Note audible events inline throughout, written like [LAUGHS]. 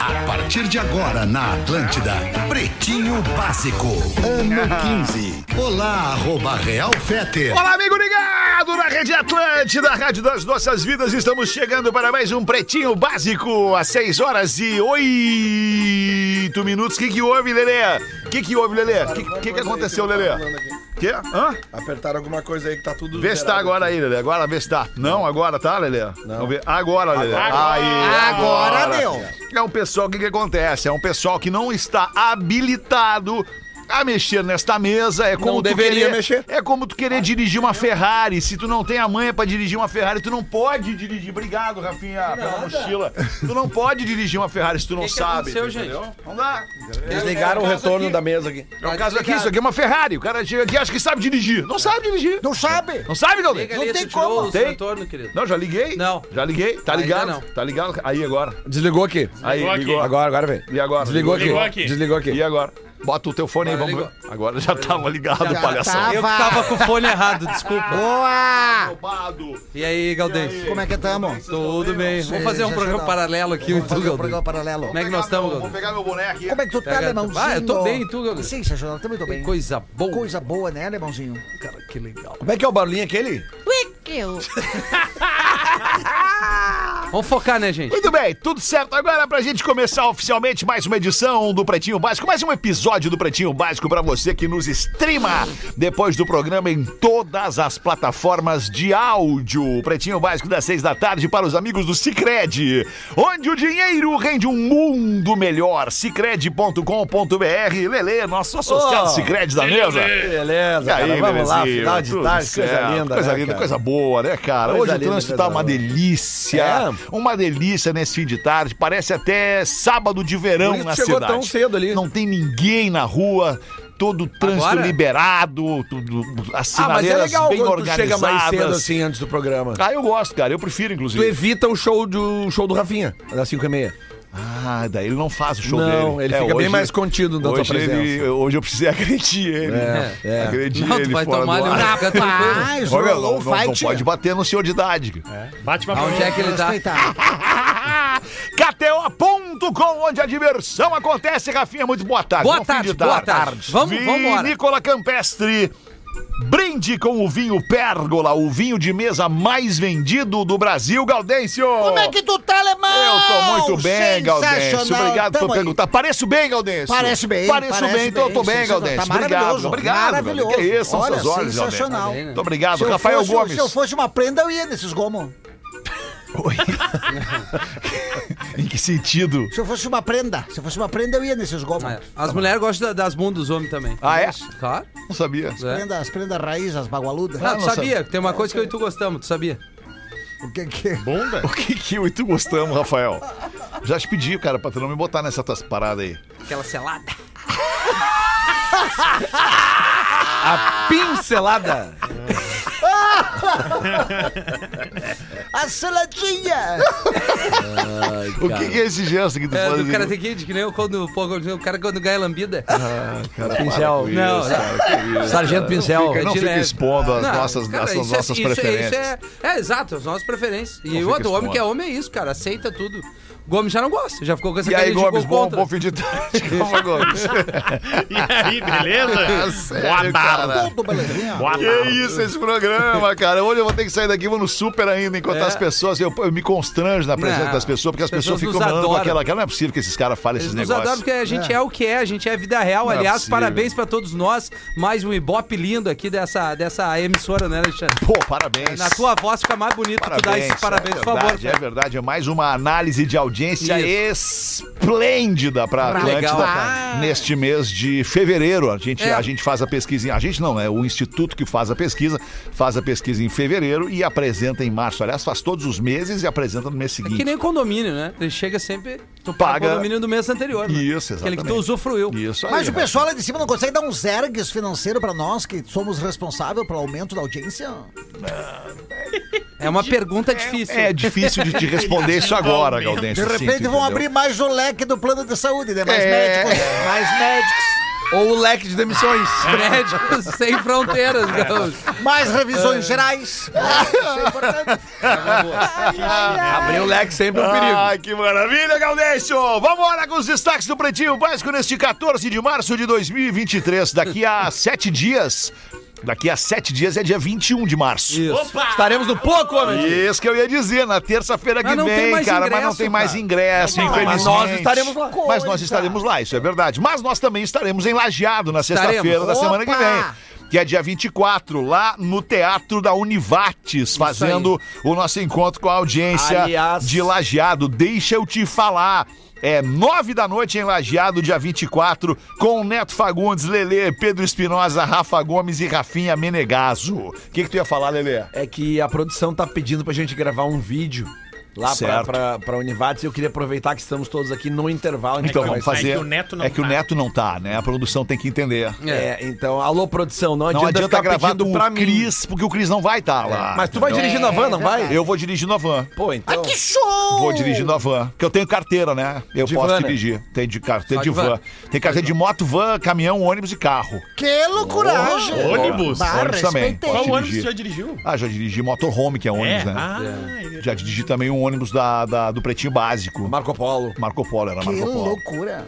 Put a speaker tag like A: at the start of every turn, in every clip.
A: A partir de agora na Atlântida, Pretinho Básico, ano 15. Olá, arroba Real Fete.
B: Olá, amigo ligado na Rede Atlântida, a Rádio das Nossas Vidas. Estamos chegando para mais um Pretinho Básico, às 6 horas e 8 minutos. O que, que houve, Lelê? O que, que houve, Lelê? O que, que, que aconteceu, Lelê? Que? Hã?
C: Apertaram alguma coisa aí que tá tudo.
B: Vê se tá
C: zerado.
B: agora aí, Lelê. Agora vê se tá. Não, agora tá, Lelê? Vamos ver. Agora, Lelê. Aí,
D: Agora deu.
B: É um pessoal, o que, que acontece? É um pessoal que não está habilitado a mexer nesta mesa. É como
C: Não
B: tu
C: deveria
B: querer,
C: mexer.
B: É como tu querer dirigir uma Ferrari. Se tu não tem a manha pra dirigir uma Ferrari, tu não pode dirigir. Obrigado, Rafinha, pela mochila. Tu não pode dirigir uma Ferrari se tu não
E: que
B: sabe.
E: aconteceu,
B: entendeu? Não dá.
C: Desligaram
E: É, é
C: o
E: o caso
C: retorno
E: aqui.
C: da mesa aqui.
B: É o caso aqui, isso aqui é uma Ferrari. O cara chega aqui e acha que sabe dirigir. Não sabe dirigir.
D: Não sabe?
B: Não sabe, não tem.
E: Liga ali,
D: tem
E: tu tirou
D: como.
E: o
B: Tem?
E: retorno, querido.
B: Não, já liguei?
E: Não.
B: Já liguei? Tá
E: Ainda
B: ligado?
E: não.
B: Tá ligado? Aí agora.
C: Desligou aqui.
B: Aí,
F: Ligou aqui.
B: ligou.
C: Agora, agora vem.
B: E agora?
C: Desligou,
F: Ligou
C: aqui.
F: aqui.
C: Desligou aqui.
B: E agora? Bota o teu fone aí, vamos
E: ligou.
B: ver. Agora já tava ligado, palhaçada.
E: Eu que tava com o fone errado, desculpa. [LAUGHS]
D: Boa!
B: Roubado.
E: Oh. E aí, Galdês?
D: Como é que tamo?
E: Tudo bem. Vamos fazer um
D: já
E: programa
D: chegou.
E: paralelo aqui, tu,
D: Vamos fazer um
E: Galdês.
D: programa paralelo.
E: Como é que nós estamos,
B: Vou
E: Galdês?
B: pegar meu boneco aqui.
D: Como é que tu tá,
E: Pega-
D: alemãozinho?
E: Ah, eu tô bem, e tu, Galdês?
D: Sensacional, também tô bem.
E: Coisa boa.
D: Coisa boa, né, alemãozinho?
E: Cara, que legal.
C: Como é que é o barulhinho aquele?
E: Vamos focar, né, gente?
B: Muito bem, tudo certo. Agora, pra gente começar oficialmente mais uma edição do Pretinho Básico, mais um episódio do Pretinho Básico pra você que nos streama depois do programa em todas as plataformas de áudio. Pretinho Básico das seis da tarde para os amigos do Cicred, onde o dinheiro rende um mundo melhor. Cicred.com.br. Lele, nosso associado
C: Oh,
B: Cicred da mesa.
E: é
C: Beleza,
B: E aí,
C: cara, vamos lá,
B: Belezinho,
C: final de
B: tudo
C: tarde, coisa
B: certo.
C: linda.
B: Coisa
C: né,
B: linda,
C: cara?
B: coisa boa, né, cara?
C: Coisa
B: Hoje o
C: linda,
B: trânsito
C: coisa
B: tá uma
C: boa.
B: delícia.
C: É.
B: Uma delícia nesse fim de tarde. Parece até sábado de verão
C: Por isso
B: na
C: chegou
B: cidade.
C: tão cedo ali.
B: Não tem ninguém na rua. Todo o trânsito
E: Agora?
B: liberado, tudo, as
C: Ah, mas é
B: sinaleiras
C: legal
B: bem
C: quando tu chega
B: organizadas.
C: mais cedo assim antes do programa.
B: Ah, eu gosto, cara. Eu prefiro,
C: Tu
B: inclusive.
C: evita o show do, o show do Rafinha, das 5 e meia.
B: Ah, daí ele não faz o show dele.
C: Não, ele
B: É,
C: fica bem
B: hoje-
C: mais contido na tua
B: hoje
C: presença.
B: ele- hoje eu precisei [LAUGHS] agredir ele.
C: É, é.
B: Agredir
E: Não, tu
B: ele
E: vai
B: fora
E: tomar
B: do
E: ali um
B: ar.
E: fica tranquilo.
D: Rapaz,
B: Olha,
D: rolou
B: não,
D: um
B: não- não
D: fight.
B: pode bater no senhor de idade. [LAUGHS]
F: Bate uma
E: Aonde é que ele tá?
D: Respeitar.
B: KTO.com, onde a diversão acontece. Rafinha, muito boa tarde.
E: Boa
B: Bom fim
E: tarde,
B: de
E: boa tarde. Vamos-
B: Vi-
E: vambora.
B: Nicola Campestre. Brinde com o vinho Pérgola, o vinho de mesa mais vendido do Brasil, Gaudêncio.
D: Como é que tu tá, alemão?
B: Eu tô muito bem, Gaudêncio.
D: Sensacional.
B: Obrigado por
D: Tamo aí.
B: perguntar. Pareço bem, Gaudêncio.
D: Parece bem,
B: Pareço
D: parece
B: bem, então eu tô
D: bem,
B: bem,
D: sensacional.
B: Gaudêncio.
D: Tá
B: Obrigado,
D: maravilhoso,
B: obrigado.
D: maravilhoso.
B: Que isso, são
D: Olha,
B: seus olhos, Gaudêncio.
D: sensacional.
B: Muito obrigado,
D: Se eu
B: Rafael
D: fosse- um-
B: Gomes.
D: Se eu fosse uma prenda, eu ia nesses gomos.
B: [LAUGHS] Em que sentido?
D: Se eu fosse uma prenda, se eu fosse uma prenda, eu ia nesses gomos.
E: Ah, é. As mulheres gostam da- das bundas dos homens também.
B: Ah, é?
E: Claro.
B: Não sabia.
E: É.
D: Prenda, as prendas raiz, as bagualudas.
E: Ah, tu sabia? Tem uma coisa que eu e tu gostamos, tu sabia?
D: O que é? que...
F: Bunda?
B: O que que eu e tu gostamos, Rafael? Já te pedi, cara, pra tu não me botar nessa tuas paradas aí.
E: Aquela selada.
C: [LAUGHS] Pincelada!
D: A seladinha!
B: O que que é esse gesto que tu
E: É,
B: faz?
E: do
B: assim?
E: Karate Kid, que nem eu quando, pô, o cara quando ganha lambida.
B: Cara,
C: Pincel.
B: para com
E: Não,
B: isso, cara, que isso,
C: Sargento
B: Ah, cara.
C: Pincel.
B: Não fica, não
E: de
B: fica
E: leve.
B: expondo as
E: Não,
B: nossas,
E: cara,
B: as
E: isso é-
B: nossas
E: isso é-
B: preferências.
E: isso é, é, exato, as nossas preferências. E
B: Não
E: o
B: fica
E: outro homem
B: expondo.
E: que é homem é isso, cara, aceita tudo. Gomes já não gosta, já ficou com essa
B: E aí,
E: carinha de gol
B: Gomes, bom,
E: contra.
B: bom fim de
E: [LAUGHS]
B: tarde. Rafa Gomes.
F: E aí,
B: [LAUGHS]
F: beleza?
B: Sério, cara.
D: Tudo belezinha?
F: Boa
B: Que isso, esse programa, cara. Hoje eu vou ter que sair daqui, vou no super ainda, encontrar
E: É.
B: as pessoas. Eu, eu me constranjo na presença
E: Não.
B: das pessoas, porque as
E: As
B: pessoas,
E: pessoas nos
B: ficam mandando com
E: adoram.
B: aquela, aquela. Não é possível que esses caras falem esses
E: Eles nos
B: negócios.
E: adoram porque a gente é. o que é, a gente é a vida real.
B: Não é
E: Aliás,
B: possível.
E: parabéns pra todos nós. Mais um ibope lindo aqui dessa, dessa emissora, né, Alexandre?
B: Pô, parabéns.
E: é, Na tua voz fica mais bonito tu dar esse parabéns,
B: é
E: por favor.
B: verdade, É verdade, é mais uma análise de audiência esplêndida pra Atlântida
E: Legal, cara. É.
B: neste mês de fevereiro. A gente, a gente faz a pesquisa, em- a gente não, é o instituto que faz a pesquisa, faz a pesquisa em fevereiro e apresenta em março. Aliás, faz todos os meses e apresenta no mês
E: É que
B: seguinte.
E: nem condomínio, né? Ele chega sempre. Tu
B: Paga.
E: o condomínio do mês anterior. Né?
B: Isso,
E: Aquele que
B: exatamente.
E: tu usufruiu.
B: Isso aí.
D: Mas o
B: né?
D: pessoal lá de cima não consegue dar um zergues financeiro pra nós, que somos responsáveis pelo aumento da audiência?
E: É uma pergunta difícil.
B: É difícil
E: [LAUGHS]
B: de te responder isso agora,
D: De
B: Gaudêncio. assim, sim, tu
D: repente vão
B: entendeu? É.
D: abrir mais o leque do plano de saúde, né? Mais médicos, mais médicos,
C: Ou o leque de demissões.
E: Prédios
B: [LAUGHS]
E: sem fronteiras,
B: É.
E: gaúcho.
D: mais revisões gerais. Isso é importante.
C: Abrir o leque sempre é um perigo.
B: Ai, Ah, que maravilha, Gaudêncio! Vambora com os destaques do Pretinho Básico neste 14 de março de 2023. Daqui a [LAUGHS] sete dias. Daqui a sete dias é dia 21 de março.
E: Isso.
C: Estaremos no pouco, homem.
B: Isso que eu ia dizer, na terça-feira que
E: Mas não tem
B: vem,
E: mais
B: cara, mas
E: ingresso,
B: não tem mais
E: cara.
B: ingresso,
C: Mas
B: infelizmente.
C: nós estaremos lá.
B: Mas nós estaremos lá, isso é verdade. Mas nós também estaremos em Lajeado na sexta-feira da
D: Opa!
B: semana que vem. Que é dia 24, lá no Teatro da Univates, fazendo o nosso encontro com a audiência
C: Aliás-
B: de Lajeado. Deixa eu te falar. É nove da noite em Lajeado, dia 24, com Neto Fagundes, Lelê, Pedro Espinosa, Rafa Gomes e Rafinha Menegaso. O que, que tu ia falar, Lelê?
C: É que a produção tá pedindo pra gente gravar um vídeo lá pra,
B: Certo.
C: pra, pra Univates. E eu queria aproveitar que estamos todos aqui no intervalo.
B: Então
F: que
B: vamos
F: o- é
B: fazer.
F: que o Neto não
B: é que o
F: tá.
B: Neto não tá, né? A produção tem que entender.
E: É.
C: É, então, alô, produção, não adianta,
B: Não adianta,
C: ficar
B: gravar
C: pedindo
B: com
C: pra
B: o
C: mim. É,
B: Cris, porque o Cris não vai estar lá.
C: Mas tu vai dirigindo a van, não vai?
B: Eu vou dirigir na van.
C: Pô, então.
D: Que show!
B: Vou dirigir na van. Porque eu tenho carteira, né? Eu
C: De
B: posso
C: van, né? Ah,
B: dirigir. Tem de carteira
E: Só de
B: de van.
E: van.
B: Tem carteira de moto, van, caminhão, ônibus e carro.
D: Que loucuragem!
F: Ônibus.
D: Bah,
B: Ônibus também.
D: respeitei.
F: Qual
B: Dirigir.
F: ônibus você já dirigiu?
B: Ah, já dirigi motorhome, que é ônibus, né?
F: Ah, é.
B: Já dirigi também um ônibus da, da- do Pretinho Básico.
C: Marco Polo.
B: Marco Polo, era
D: Que
B: Marco Polo.
D: loucura!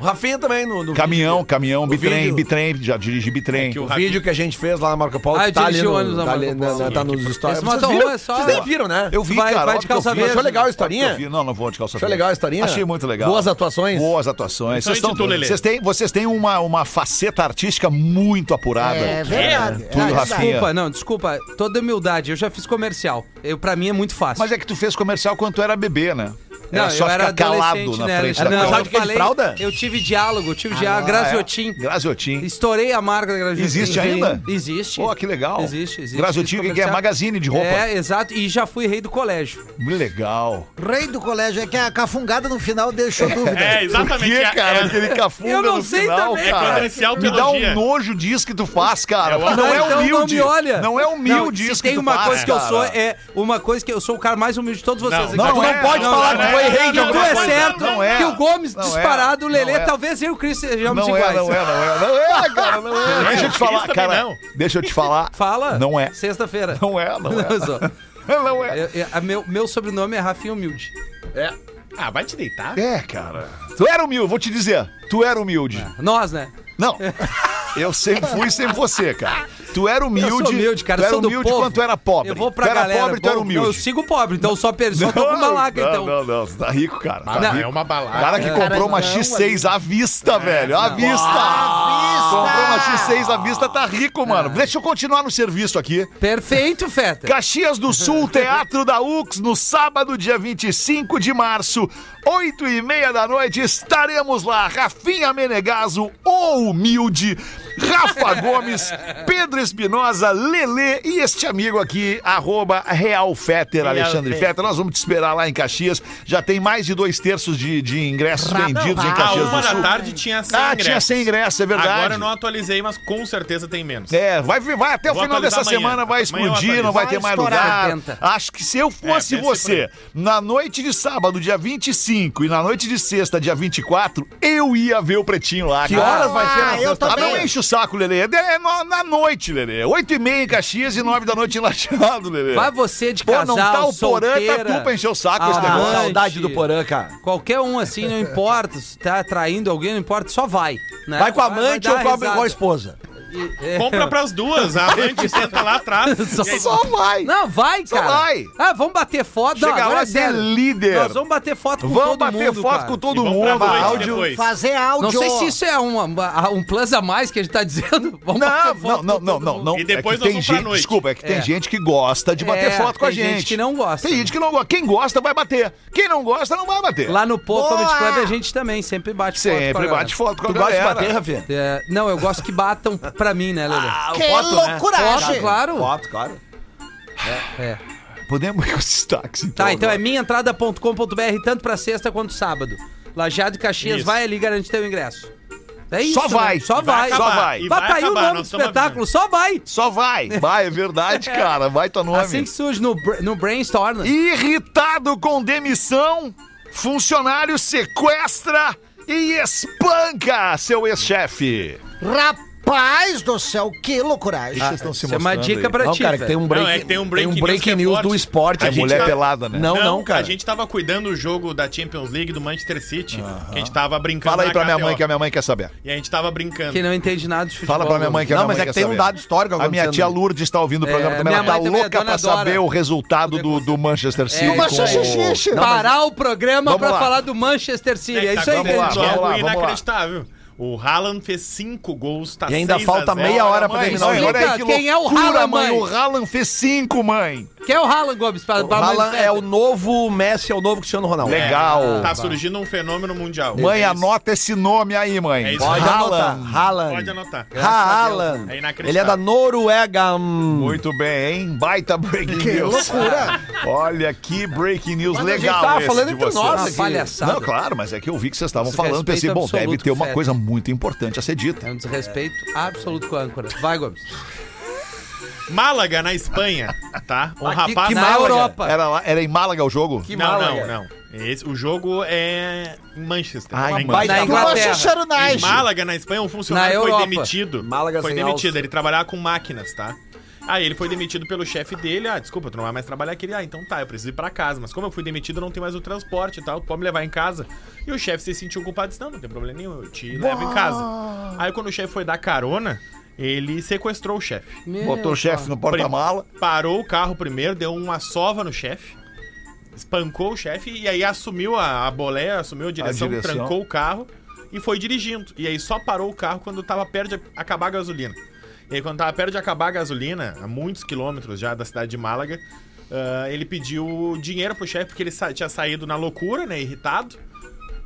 C: O Rafinha também no, no
B: Caminhão,
C: vídeo.
B: caminhão, bitrem,
C: vídeo.
B: bitrem, já dirigi bitrem.
F: que
C: O
F: o
C: vídeo que a gente fez lá na Marco Polo
E: Ah, eu
C: tá ali
E: dirigi
C: no,
E: o ônibus da
C: tá, ali,
E: Marco
C: na-
E: Polo.
C: na- tá nos stories.
E: Esse
C: Vocês
E: motorhome
C: viram?
E: é só-
C: Vocês nem viram, né?
B: Eu vi,
E: Vai-
B: cara.
E: vai
B: óbvio
E: de
B: que eu
E: calça
B: vi.
E: verde.
C: Achou legal a
B: né? Eu
C: historinha?
B: vi. Não, não vou de calça
C: Achou
B: verde.
C: legal a historinha?
B: Achei muito legal.
C: Boas atuações?
B: Boas atuações.
F: Então,
B: Vocês,
F: e de
B: estão-
F: tu, Lelê?
B: vocês têm, vocês têm uma, uma faceta artística muito apurada.
D: É verdade.
B: Tu e o
D: É
B: Rafinha.
E: Desculpa, não, desculpa. Toda humildade, eu já fiz comercial. Eu, pra mim é muito fácil.
B: Mas é que tu fez comercial quando tu era bebê, né?
E: não, eu era adolescente,
B: da
E: né? não,
B: câmera.
C: Sabe
E: eu
C: de que é de
E: falei,
C: fralda?
E: Eu tive diálogo, eu
B: Ah,
E: tive diálogo. Graziotin.
B: Graziotin.
E: Estourei a marca da Graziotin.
B: é. Existe ainda?
E: Existe.
B: Pô, que legal.
E: Existe, existe.
B: Graziotin,
E: Fiz
B: que é
E: comercial.
B: magazine de roupa.
E: É, exato. E já fui rei do colégio.
B: Legal.
D: Rei do colégio, é que a cafungada no final deixou dúvida.
F: É, exatamente.
B: que,
F: é-
B: cara?
F: é-
B: Aquele cafunga
E: Eu não
B: no
E: sei
B: final,
E: também,
B: cara.
F: é comercial
B: Me dá um
F: teologia.
B: nojo disso que tu faz, cara. Porque não, é
E: então
B: humilde.
E: Não, me olha.
B: Não é
E: Não,
B: humilde
E: se
B: isso que
E: tem
B: tu
E: uma
B: faz,
E: coisa que eu
B: cara.
E: sou, é uma coisa que eu sou o cara mais humilde de todos vocês. aqui.
B: não
E: Mas tu
B: é,
E: pode
B: não
E: falar
B: é,
E: que foi
B: não
E: rei,
B: é,
E: que
B: não
E: tu
B: é,
E: é certo.
B: não é.
E: que o Gomes
B: Não é,
E: disparado, o Lelê,
B: não é.
E: talvez eu e o Cris sejamos
B: Não é,
E: iguais.
B: não é, não é, não é, cara, não é. Deixa eu te falar,
F: também
B: cara.
F: não.
B: Deixa eu te [LAUGHS] falar.
E: Fala.
B: Não é.
E: Sexta-feira.
B: Não é, não é.
E: só.
B: Não é.
E: Eu- eu- a meu, meu sobrenome é Rafinha Humilde.
F: Ah, vai te deitar.
B: É, cara. Tu era humilde, vou te dizer. Tu era humilde.
E: Nós, né?
B: Não. Eu sempre fui sem você, cara. Tu era humilde.
E: eu sou humilde,
B: Tu
E: cara. Eu
B: era
E: sou do
B: humilde
E: povo.
B: quando tu era pobre.
E: Eu vou pra
B: tu era
E: galera.
B: pobre, tu era
E: vou-
B: humilde.
E: Eu sigo pobre, então só, per... só tô com balaca,
B: não,
E: então.
B: não, não, tu tá rico, cara. Tá
F: Não,
B: rico.
F: é uma balada.
B: Cara que comprou uma X6 à
E: É,
B: vista, velho. À vista! Comprou uma X6 à vista, tá rico, mano.
E: É.
B: Deixa eu continuar no serviço aqui.
E: Perfeito, Feta.
B: Caxias do Sul, Teatro da UX, no sábado, dia 25 de março, 8 e meia da noite, estaremos lá. Rafinha Menegaso, o humilde, Rafa Gomes, Pedro Espinosa, Lelê e este amigo aqui, arroba Real Fetter, Alexandre Fetter. Nós vamos te esperar lá em Caxias. Já tem mais de dois terços de, de ingressos vendidos em
F: A
B: Caxias
F: uma
B: do
F: da
B: Sul.
F: tarde tinha 100
B: Ah,
F: ingressos.
B: tinha 100 ingressos, é verdade.
F: Agora eu não atualizei, mas com certeza tem menos.
B: É, vai, vai até o
F: Vou
B: final dessa
F: atualizar amanhã.
B: semana, vai
F: Amanhã eu
B: explodir,
F: atualizo.
B: não vai,
D: Vai
B: ter mais
D: estourar.
B: lugar.
E: 70.
B: Acho que se eu fosse
F: É, deve
B: você,
F: ser
B: na noite de sábado, dia 25, e na noite de sexta, dia 24, eu ia ver o Pretinho lá.
C: Que
B: cara.
C: horas vai ser?
D: Ah,
C: na
D: eu
C: sexta-
B: Ah,
D: também.
B: não enche o saco, Lelê. É de- É na, na noite, Lelê. Oito e meia em Caxias e nove da noite em Lajeado, Lelê.
E: Vai você de
B: Pô, não
E: casal,
B: tá o Porã,
E: solteira,
B: tá tu pra encher o saco esse
E: Ah,
B: negócio.
E: não.
C: Saudade do Porã, cara.
E: Qualquer um assim, não importa. Se tá traindo alguém, não importa, só vai. né?
C: Vai com a amante
E: vai
C: ou
E: dar
C: com a, com a
E: risada.
C: esposa?
E: é.
F: Compra pras duas. A amante senta lá atrás. E aí,
B: Só vai.
E: Não, vai,
B: Só
E: cara.
B: vai.
E: Ah, vamos bater foto. Não,
B: Chega
E: agora
B: lá,
E: é sério.
B: ser líder.
E: Nós vamos bater foto com
B: Vamos
E: todo
B: bater
E: mundo,
B: foto
E: cara.
B: com todo
F: E vamos
B: mundo.
F: pra noite
B: Áudio.
F: depois.
D: Fazer áudio.
E: Não sei se isso é um, um plus a mais que a gente tá dizendo. [LAUGHS] Vamos
B: Não,
E: bater
B: não,
E: foto
B: não,
E: com
B: não,
E: todo
B: não,
E: mundo.
B: não.
F: E depois
B: é que
F: nós
B: tem
F: vamos pra
B: gente,
F: noite.
B: Desculpa, é que tem
E: É.
B: gente que gosta de bater
E: É,
B: foto com a
E: tem
B: gente.
E: gente que não gosta.
B: Tem gente que não gosta. Quem gosta vai bater. Quem não gosta não vai bater.
E: Lá no Pô Comedy
D: Boa!
E: Club a gente também sempre bate foto. com a
B: Sempre
E: galera.
B: bate foto com a
C: Tu gosta de
B: galera.
C: bater, Rafinha?
E: É, não, eu gosto que batam pra mim, né, Lelê?
B: Ah,
D: Que loucura,
E: Foto, claro.
C: Foto, claro.
E: É.
B: Podemos ir com os destaques, então.
E: Tá, então é
B: agora.
E: minhaentrada.com.br, tanto pra sexta quanto sábado. Lajado e Caxias,
F: Isso.
E: vai ali e garante teu ingresso. É isso,
B: Só
E: né?
B: vai.
E: Só
B: E
E: vai.
F: vai
B: Só
F: acabar.
B: vai.
F: E
E: Vai tá aí o
F: acabar,
E: nome do
F: nós estamos
E: espetáculo, só vai.
B: Só
E: [LAUGHS]
B: vai. Vai, é verdade, cara. Vai teu nome.
E: Assim que surge no, br- no Brainstorm.
B: Irritado com demissão, funcionário sequestra e espanca seu ex-chefe.
D: Rapaz do céu, que loucuragem.
B: Ah,
E: Isso é uma dica pra
C: Não,
E: ti.
C: cara, que
E: velho.
C: tem um break,
F: Não, é que tem um break news
C: break
F: que é
C: news
F: forte.
C: do esporte.
B: É
F: A gente
B: mulher
F: tá-
B: pelada, né?
C: Não, não, cara.
F: A gente tava cuidando do jogo da Champions League do Manchester City. Que a gente tava brincando.
B: Fala aí
F: na
B: pra minha
F: KTO.
B: mãe, que a minha mãe quer saber.
F: E a gente tava brincando.
E: que não entende nada de futebol.
B: Fala pra minha mãe que a
C: Não,
B: minha
C: mas
B: mãe
C: é que
B: quer
C: tem um
B: saber.
C: dado histórico
B: A minha
C: acontecendo.
B: tia Lourdes está ouvindo o programa
E: É,
B: também. Ela
E: minha
B: tá
E: mãe também,
B: louca
E: dona
B: pra saber
E: Dora. É.
B: o resultado do, do Manchester City.
E: Do Manchester
B: com-
D: City.
E: Parar o programa
B: Vamos
E: pra
B: lá.
E: falar do Manchester City. É isso aí,
B: vamos lá, vamos
E: gente.
B: lá,
F: Algo
B: vamos lá.
F: inacreditável. O Haaland fez cinco gols, tá
C: E ainda
F: seis
C: falta
F: a zero.
C: meia hora pra
B: Mãe,
C: terminar o
B: olha
C: jogo.
B: aí que
E: Quem é o
B: loucura,
E: Haaland,
B: mãe?
E: mãe?
B: O Haaland fez cinco, mãe.
E: Quem é o Haaland Gomes? Pra, pra
C: Haaland
E: mãe do
C: é o
E: Federer?
C: novo Messi, é o novo Cristiano Ronaldo.
F: É,
B: Legal.
F: Tá surgindo um fenômeno mundial.
B: Mãe,
F: É isso.
B: anota esse nome aí, mãe.
F: É isso.
C: Pode anotar.
B: Haaland.
F: Pode
C: Haaland.
F: anotar.
C: Haaland.
F: É
C: Ele
F: inacreditável.
C: é da Noruega. hum.
B: Muito bem, hein? Baita breaking
D: Que
B: news.
D: loucura.
F: [LAUGHS]
B: Olha que breaking news
C: Mas a gente
B: legal.
C: tava
B: esse
C: falando
B: de
C: entre
B: vocês.
C: nós
E: Uma
C: aqui.
E: palhaçada.
B: Não, claro, mas é que eu vi que vocês estavam
E: Desrespeito
B: falando, pensei, bom,
E: absoluto
B: deve ter uma
E: com o
B: coisa muito importante a ser dita.
E: É um desrespeito absoluto com a âncora. Vai, Gomes.
F: Málaga, na Espanha, tá? Um
C: Ah, que-
F: rapaz...
C: que
E: Na
C: Málaga.
E: Europa.
B: Era, lá- era em Málaga o jogo?
C: Que
F: não,
C: Málaga.
F: não, não. Esse- o jogo é em Manchester.
B: Ah, em Manchester.
F: na Inglaterra.
E: Na Inglaterra.
D: Manchester
F: Em
D: United.
F: Málaga, na Espanha, um funcionário
E: Na
F: foi
E: Europa.
F: demitido.
C: Málaga
F: foi
C: sem
F: demitido.
C: alça.
F: Ele trabalhava com máquinas, tá? Aí ele foi demitido pelo chefe dele. Ah, desculpa, tu não vai mais trabalhar aqui. Ele, Ah, então tá, eu preciso ir pra casa. Mas como eu fui demitido, eu não tenho mais o transporte e tal. Tu pode me levar em casa. E o chefe se sentiu culpado. Disse, não, não tem problema nenhum, eu te levo em casa. Aí quando o chefe foi dar carona, ele sequestrou o chefe.
E: Meu
B: Botou o chefe no porta-mala.
F: Parou o carro primeiro, deu uma sova no chefe. Espancou o chefe e aí assumiu a, a boleia, assumiu a direção,
B: direção.
F: trancou o carro e foi dirigindo. E aí só parou o carro quando tava perto de acabar a gasolina. E aí quando tava perto de acabar a gasolina, a muitos quilômetros já da cidade de Málaga, ah, ele pediu dinheiro pro chefe porque ele sa- tinha saído na loucura, né, irritado.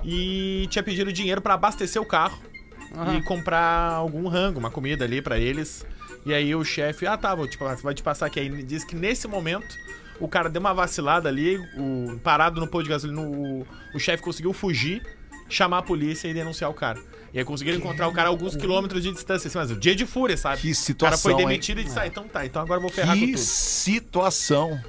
F: E tinha pedido dinheiro pra abastecer o carro e comprar algum rango, uma comida ali pra eles. E aí o chefe, ah tá, vou te, pass- vai te passar aqui. Aí ele diz que nesse momento o cara deu uma vacilada ali, o, parado no posto de gasolina, o, o chefe conseguiu fugir, chamar a polícia e denunciar o cara. E aí conseguiram encontrar o cara a alguns quilômetros de distância, assim, mas o dia de fúria, sabe?
B: Que
F: O
B: situação,
F: cara foi
B: hein?
F: demitido e disse, ah, então tá, então agora eu vou ferrar com
B: Que
F: tudo.
B: situação.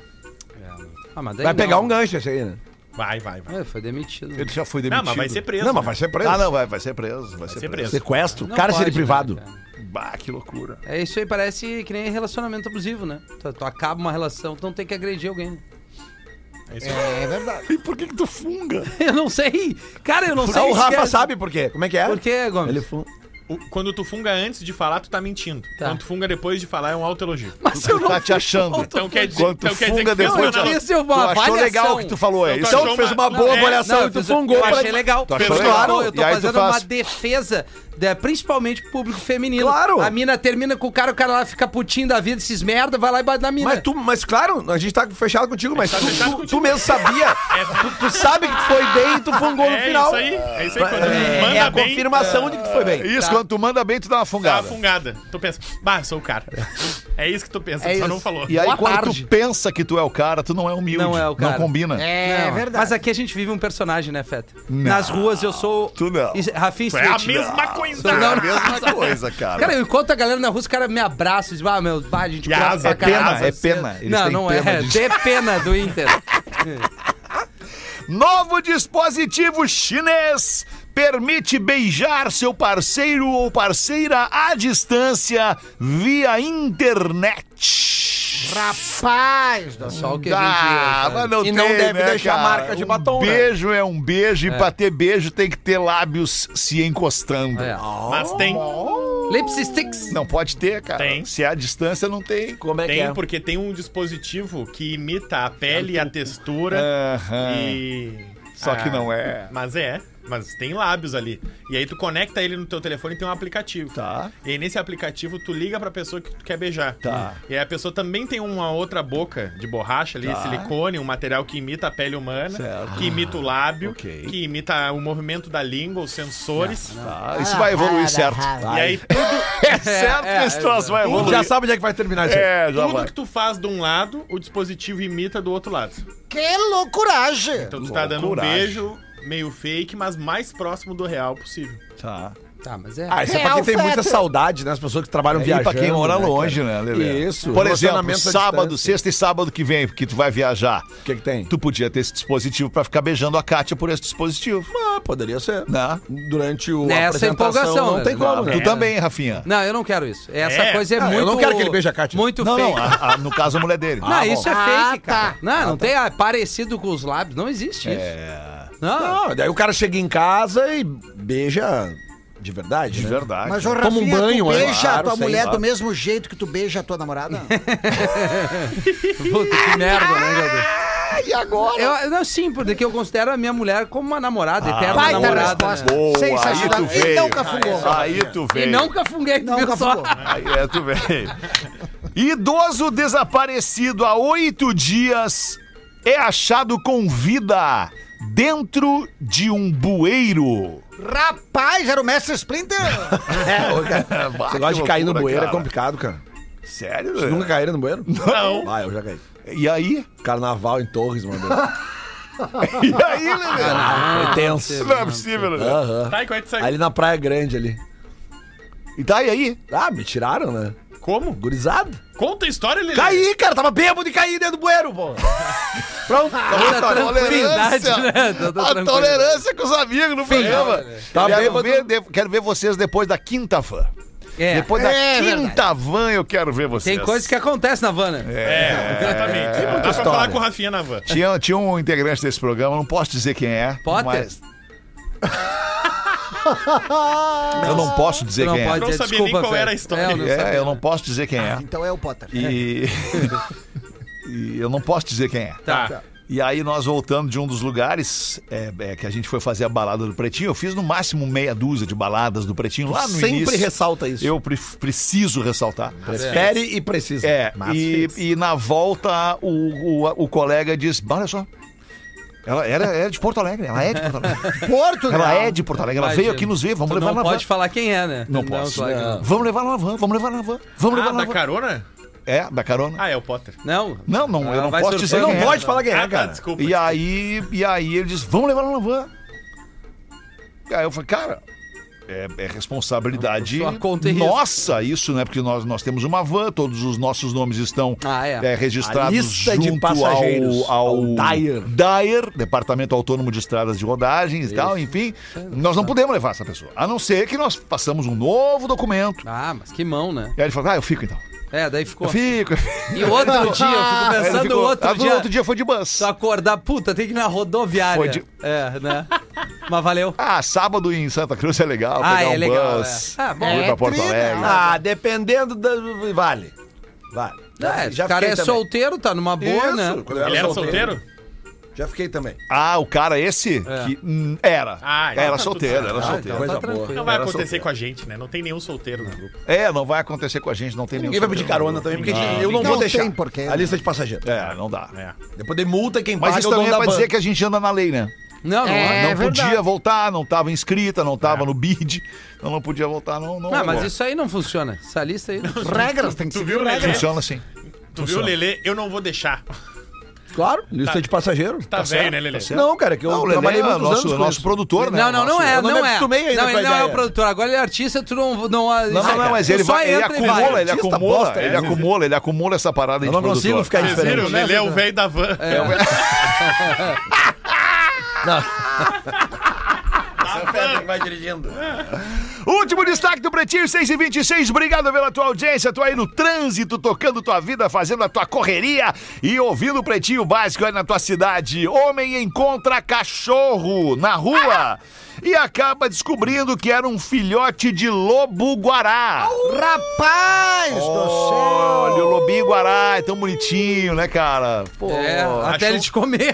E: Ah, mas daí
C: Vai
E: não.
C: pegar um gancho esse aí, né?
F: Vai, vai, vai.
E: É, foi demitido.
B: Ele já foi
F: Não,
B: demitido.
F: mas vai ser preso.
C: Não, mas
F: né?
C: vai ser preso.
B: Ah, não, vai, vai ser preso. Vai,
F: Vai ser preso.
C: Sequestro,
E: Não
C: cárcere
E: pode, né,
C: privado.
E: cara?
B: Bah, que loucura.
E: É isso aí, parece que nem relacionamento abusivo, né? Tu, tu acaba uma relação, tu não tem que agredir alguém. né? [LAUGHS]
D: É verdade.
B: E por que que tu funga?
E: Eu não sei. Cara, eu não
C: Ah,
E: sei.
C: o Rafa
E: esquece.
C: sabe por quê. Como é que é?
E: Por quê, Gomes?
C: Ele fu-
F: O- quando tu funga antes de falar, tu tá mentindo.
E: Tá.
F: Quando tu funga depois de falar, é um autoelogio.
E: Mas eu não
B: Tá te achando.
F: Então quer dizer,
B: Quando tu
F: então quer dizer
B: funga
F: que fez
B: depois
F: uma-
B: de-
E: Isso é
B: Tu
E: uma
B: achou
E: avaliação.
B: legal o que tu falou aí.
F: Então
B: Então
F: achou
B: tu fez
F: uma-
B: uma boa
F: Não, é,
B: avaliação
E: Não,
B: e
E: eu
B: tu
E: fiz-
B: fungou
E: eu
B: pra...
E: achei legal.
B: Tu achou
E: Pelo
B: legal.
E: contrário, Eu tô
B: E aí tu
E: fazendo
B: faz.
E: uma defesa, de- principalmente público feminino.
C: Claro.
E: A mina termina com o cara, o cara lá fica putinho da vida, esses merda, vai lá e bate na mina.
C: Mas tu, mas claro, a gente tá fechado contigo, mas tu,
F: fechado
C: tu-
F: contigo.
C: tu mesmo
F: [LAUGHS]
C: sabia. tu, tu sabe que tu foi bem e tu fungou no
F: é
C: final.
F: isso aí. É isso aí. Quando
C: É,
F: tu manda
C: é a
F: bem,
C: confirmação de que tu foi bem.
B: Isso, quando tu manda bem, tu dá uma
F: dá uma
B: fungada.
F: fungada. Tu pensa, bah, sou o cara. É isso que tu pensa,
E: É
F: tu só
E: isso.
F: não falou.
B: E aí,
E: Boa
B: quando
E: tarde.
B: tu pensa que tu é o cara, tu não é humilde.
E: Não é o cara.
B: Não combina.
D: É
E: Não,
D: verdade.
E: Mas aqui a gente vive um personagem, né, Feta? Nas ruas eu sou.
B: Tu não.
E: Isso- Rafinha
F: é a
E: Street.
F: mesma coisa.
B: É a
E: não.
B: mesma coisa, cara.
E: Cara, eu encontro a galera na rua, os caras me abraçam, dizem, ah, meu, bah, a gente
F: E
E: gosta
F: asa,
E: pra
F: é
E: caralho,
B: pena,
E: asa
B: é
E: cedo."
B: pena. Eles
E: Não,
B: têm
E: não
B: pena
E: é.
B: disso.
E: De pena do Inter.
B: Novo dispositivo chinês permite beijar seu parceiro ou parceira à distância via internet.
D: Rapaz do céu.
E: Só o que a
B: Ah,
E: gente.
B: mas não
C: E não
B: tem,
C: deve
B: né,
C: deixar
B: cara?
C: marca de batom,
B: Um
C: né?
B: beijo é um beijo e pra ter beijo tem que ter lábios se encostando.
E: É.
F: Mas tem.
E: Lipsticks.
B: Não pode ter, cara.
F: Tem.
B: Se é a distância, não tem.
C: Como é que
F: Tem,
C: é?
F: porque tem um dispositivo que imita a pele, a textura
B: Aham.
F: Né? e.
B: Só que
F: Ah,
B: não é.
F: Mas é, mas tem lábios ali. E aí tu conecta ele no teu telefone e tem um aplicativo.
B: Tá.
F: E aí nesse aplicativo tu liga pra pessoa que tu quer beijar.
B: Tá.
F: E aí a pessoa também tem uma outra boca de borracha ali, silicone, um material que imita a pele humana,
B: Certo.
F: que imita o lábio,
B: ok.
F: que imita o movimento da língua, os sensores.
B: Tá, isso
D: Ah,
B: vai evoluir certo.
F: E aí tudo,
B: [LAUGHS] É certo
E: é,
B: que esse troço vai evoluir.
C: Já sabe onde é que vai terminar isso aí.
B: É, já
F: tudo
B: vai.
F: que tu faz de um lado, o dispositivo imita do outro lado.
D: Que loucuragem!
F: Então tu tá dando um
B: Loucuragem.
F: beijo meio fake, mas mais próximo do real possível.
B: Tá.
E: Tá, mas é.
C: Ah, isso é pra quem tem
D: Real
C: muita
D: feto.
C: saudade, né? As pessoas que trabalham
B: E
C: viajando.
B: pra quem mora
C: né,
B: longe,
C: cara?
B: né, Lelê?
C: Isso.
B: Por exemplo,
C: relacionamento à
B: sábado,
C: distância.
B: sexta e sábado que vem, porque tu vai viajar.
C: O que, que tem?
B: Tu podia ter esse dispositivo pra ficar beijando a Kátia por esse dispositivo.
C: Ah, poderia ser.
B: Né?
C: Durante o.
E: Nessa empolgação,
C: Não tem
E: né?
C: como,
B: tu
C: né?
B: também, Rafinha.
E: Não, eu não quero isso. Essa
F: É.
E: coisa é
C: Não, eu
E: muito.
C: não quero que ele beije a Kátia.
E: Muito
B: Não, ah,
E: feio.
B: não, a- a- no caso a mulher dele.
E: Não, isso é
D: Ah,
E: fake,
D: tá.
E: cara. Não, não tem ah, parecido com os lábios. Não existe isso. É. Não.
C: Não, Ah, daí o cara chega em casa e beija de verdade.
B: De
C: né?
B: verdade.
D: Mas, ô,
B: né?
C: Toma um
D: Rafinha,
C: banho,
D: tu
C: é?
D: beija
C: Claro,
D: a tua
C: sei
D: mulher [LAUGHS]
C: lá.
D: do mesmo jeito que tu beija a
C: [LAUGHS]
D: tua namorada?
E: Puta, que merda, né, Gabriel? E agora? Eu, não, sim, porque eu considero a minha mulher como uma namorada, eterna
D: baita
E: namorada.
D: resposta.
E: né?
B: Boa, aí
D: Sensacional.
B: tu
D: Ele
B: veio.
D: não cafungou.
B: Aí tu
E: E
B: veio.
E: não cafunguei, tu
D: Não,
E: viu só?
D: acabou.
B: Aí é, tu veio. Idoso desaparecido há oito dias é achado com vida dentro de um bueiro.
D: Rapaz, era o mestre Splinter!
C: É, ô, [LAUGHS] cara.
B: Bah,
C: Você gosta
B: que
C: de cair no
B: loucura,
C: bueiro,
B: cara.
C: é complicado, cara.
B: Sério?
C: Vocês nunca caíram no bueiro?
B: Não.
C: Ah, eu já caí.
B: E aí?
C: Carnaval em Torres, mano.
B: [LAUGHS] E aí, Lelê?
C: Ah, Foi tenso.
B: Não é possível, Lelê.
C: Aham.
F: Tá, e qual é que sai?
C: Ali na Praia Grande ali.
B: E tá e aí?
C: Ah, me tiraram, né?
F: Como?
C: Gurizado.
F: Conta a história, Lelê.
C: Caí, cara. Tava bêbado e caí dentro do bueiro, pô.
B: Tá
C: Pronto.
E: Toda Ah, tranquilidade, né? Toda
B: A
E: tranquilidade.
B: tolerância com os amigos no programa.
C: Tá
B: quero,
C: bêbado.
B: ver, de- quero ver vocês depois da quinta van.
E: É,
B: Depois da
D: É
B: quinta
D: verdade.
B: van eu quero ver vocês.
E: tem coisas que acontecem na Havana.
F: É, exatamente. Dá pra
C: história.
F: falar com o Rafinha na van.
B: Tinha, tinha um integrante desse programa, não posso dizer quem é.
E: Potter?
B: Mas... eu não posso dizer
E: Tu não
B: quem
E: pode
F: não
E: dizer,
F: sabia
E: desculpa,
F: nem qual
E: Fred.
F: era a história.
E: É, eu
B: é.
E: não
B: É,
E: sabia.
B: eu não posso dizer quem é.
D: Então é o Potter.
E: [LAUGHS]
B: E... e eu não posso dizer quem é.
F: Tá.
B: E aí nós voltando de um dos lugares é, é, que a gente foi fazer a balada do Pretinho. Eu fiz no máximo meia dúzia de baladas do Pretinho lá no
C: Sempre
B: início.
C: ressalta isso. É.
B: Eu pre- preciso ressaltar.
C: Prefere e precisa.
B: É, e,
C: Mas fez.
B: e na volta o, o, o colega diz: "Bah, olha só. Ela era, era de Porto Alegre, ela é de Porto Alegre.
D: Porto,
B: Ela
D: né?
B: é de Porto Alegre, ela
E: Imagina.
B: veio aqui nos ver, vamos
E: Tu
B: levar
E: não
B: na van.
E: pode falar quem é, né?
B: Não posso.
E: claro que não.
B: Vamos levar na van, vamos levar na van, vamos
F: Ah,
B: levar na
F: da
B: van.
F: carona?
B: É, da carona.
F: Ah, é o Potter.
E: Não.
B: Não, não, eu
E: Ela
B: não
E: vai
B: posso
E: surfar.
B: dizer
E: Eu
B: quem
C: Não
B: é.
C: pode falar quem
F: Ah,
C: é,
F: tá,
C: cara.
F: desculpa.
B: E aí, e aí ele diz, vamos levar na van. E Aí eu falei, cara, é, é responsabilidade
E: Sua conta e risco.
B: nossa isso, né? Porque nós, nós temos uma van, todos os nossos nomes estão
E: Ah, é.
B: é, registrados
C: A lista de
B: junto
C: passageiros,
B: ao, ao,
C: ao DAIR.
B: DAIR, Departamento Autônomo de Estradas de Rodagens e tal, enfim. Nós não podemos levar essa pessoa, a não ser que nós passamos um novo documento.
E: Ah, mas que mão, né?
B: E aí ele falou, ah, eu fico então.
E: É, daí ficou.
B: Eu fico. eu fico.
E: E
B: [LAUGHS]
E: outro dia, eu fico
B: Aí ele
E: pensando
B: ficou-
E: outro
B: Ah,
E: dia. Tá,
B: outro dia foi de bus.
E: Tu acordar, puta, tem que ir na rodoviária.
B: Foi de-
E: É, né? Mas valeu.
B: Ah, sábado em Santa Cruz é legal,
E: Ah,
B: pegar
E: é
B: um
E: legal,
B: bus,
E: é. Ah, bom.
B: ir pra
D: É
B: Porto
D: tri, né?
B: Alegre.
C: Ah, dependendo da. Vale. Vale.
E: É, o cara é
C: também.
E: solteiro, tá numa boa,
C: Isso,
E: né?
C: quando eu
F: Ele era solteiro?
C: Já fiquei também.
B: Ah, o cara esse? Que, hum, era.
F: Ah, então
B: era
F: tá
B: solteiro,
F: tudo
B: era
E: Ah,
B: solteiro.
E: então tá tranquilo.
F: Não vai acontecer com a gente, né? Não tem nenhum solteiro no grupo.
B: É, não vai acontecer com a gente, não tem
C: Ninguém
B: nenhum
C: vai pedir
B: solteiro.
C: carona também, porque
F: Não,
C: eu não,
D: não
C: vou
D: tem
C: deixar.
D: porquê,
C: a
D: né?
C: lista de passageiros.
B: É, não dá.
F: É.
C: Depois de multa, quem
B: Mas
C: paga
B: isso
C: é o
B: também
C: dono
B: é
C: da
B: pra dizer
C: banda.
B: que a gente anda na lei, né?
E: Não, não é.
B: não podia voltar, não tava inscrita, não tava no bid, então não podia voltar, não. Não,
E: Não, mas
B: rolou.
E: isso aí não funciona. Essa lista aí. não-
D: Regras, tem que
F: Tu
D: seguir
F: viu, né? Lelê?
B: funciona assim.
F: Tu viu, Lelê? Eu não vou deixar.
C: Claro, lista de passageiro.
F: Tá velho, né, Lelê?
C: Não, cara, que eu
B: Não, o Lelê
C: trabalhei
B: é
C: muitos
B: nosso,
C: anos com
B: nosso
C: isso.
B: produtor, né?
E: Não, não, não
B: Nosso-
E: é,
C: eu não
E: não
C: me
E: é.
C: acostumei ainda
E: Não,
C: com a
E: ele não é o
C: ideia.
E: produtor. Agora ele é artista, tu não. Não, é,
B: Não, não, não, mas ele,
E: só
B: vai, ele
E: entra e vai.
B: acumula, ele
C: Artista
B: acumula,
C: bosta,
B: ele
C: é.
B: acumula, ele acumula essa parada
C: Eu
B: de
C: não consigo
B: produtor.
C: ficar
F: Vocês viram? O
C: diferente.
F: Lelê é o velho da van.
E: É.
F: A van,
G: vai dirigindo.
B: Último destaque do Pretinho 6 e 26. Obrigado pela tua audiência. Tu aí no trânsito, tocando tua vida, fazendo a tua correria e ouvindo o Pretinho Básico aí na tua cidade. Homem encontra cachorro na rua e acaba descobrindo que era um filhote de lobo-guará.
D: Rapaz do
B: Olha,
D: céu!
B: o lobinho guará é tão bonitinho, né, cara? Pô.
E: É, até ele te comer.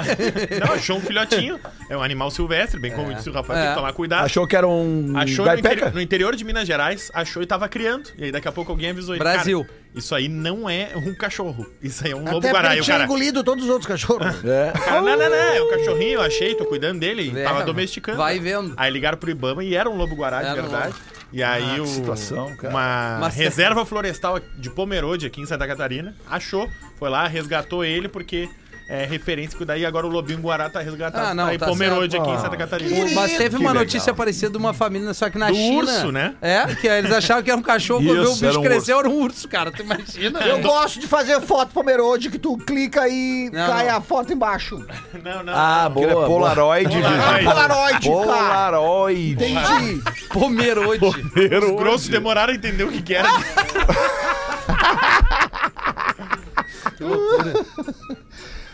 F: Não, achou um filhotinho. É um animal silvestre, bem como disse o Rafael, tem
E: É.
F: que tomar cuidado.
C: Achou que era um
F: Achou no,
C: gaipeca?
F: interi- no interior de Minas Gerais, achou e tava criando. E aí daqui a pouco alguém avisou ele.
E: Brasil.
F: "Cara, isso aí não é um cachorro. Isso aí é um lobo
D: Até porque
F: guará. E
D: ele
F: o
D: tinha
F: cara,
D: engolido todos os outros cachorros.
C: É.
F: cara, não, não, não, é um cachorrinho, eu achei, tô cuidando dele. e
E: É,
F: tava domesticando.
E: vai vendo.
F: Aí ligaram pro Ibama e era um lobo guará, de
E: Era um
F: verdade. E aí o,
C: Ah, situação, cara.
F: uma
E: Mas-
F: reserva florestal de Pomerode aqui em Santa Catarina achou, foi lá, resgatou ele porque é referência que daí agora o lobinho guará tá resgatado.
E: Ah, não,
F: tá em
E: tá
F: Pomerode
E: certo.
C: Ah.
F: aqui em Santa Catarina.
E: [LAUGHS] Mas teve uma
C: legal.
E: notícia parecida de uma família, só que na
F: Do
E: China.
F: urso, né?
E: É, que eles acharam que era um cachorro, quando viu o
B: Isso, era
E: bicho
B: um
E: cresceu, era um urso, cara. Tu imagina?
D: [LAUGHS] Eu gosto de fazer foto Pomerode que tu clica e
E: Não,
D: cai
E: não.
D: a foto embaixo.
F: Não, não.
C: Ah, boa.
B: Aquele é Polaroid. Polaroid.
F: Polaroid.
D: Polaroid, cara.
B: Polaroid.
D: Entendi.
E: Pomerode.
F: Os grossos demoraram a entender o que, que era.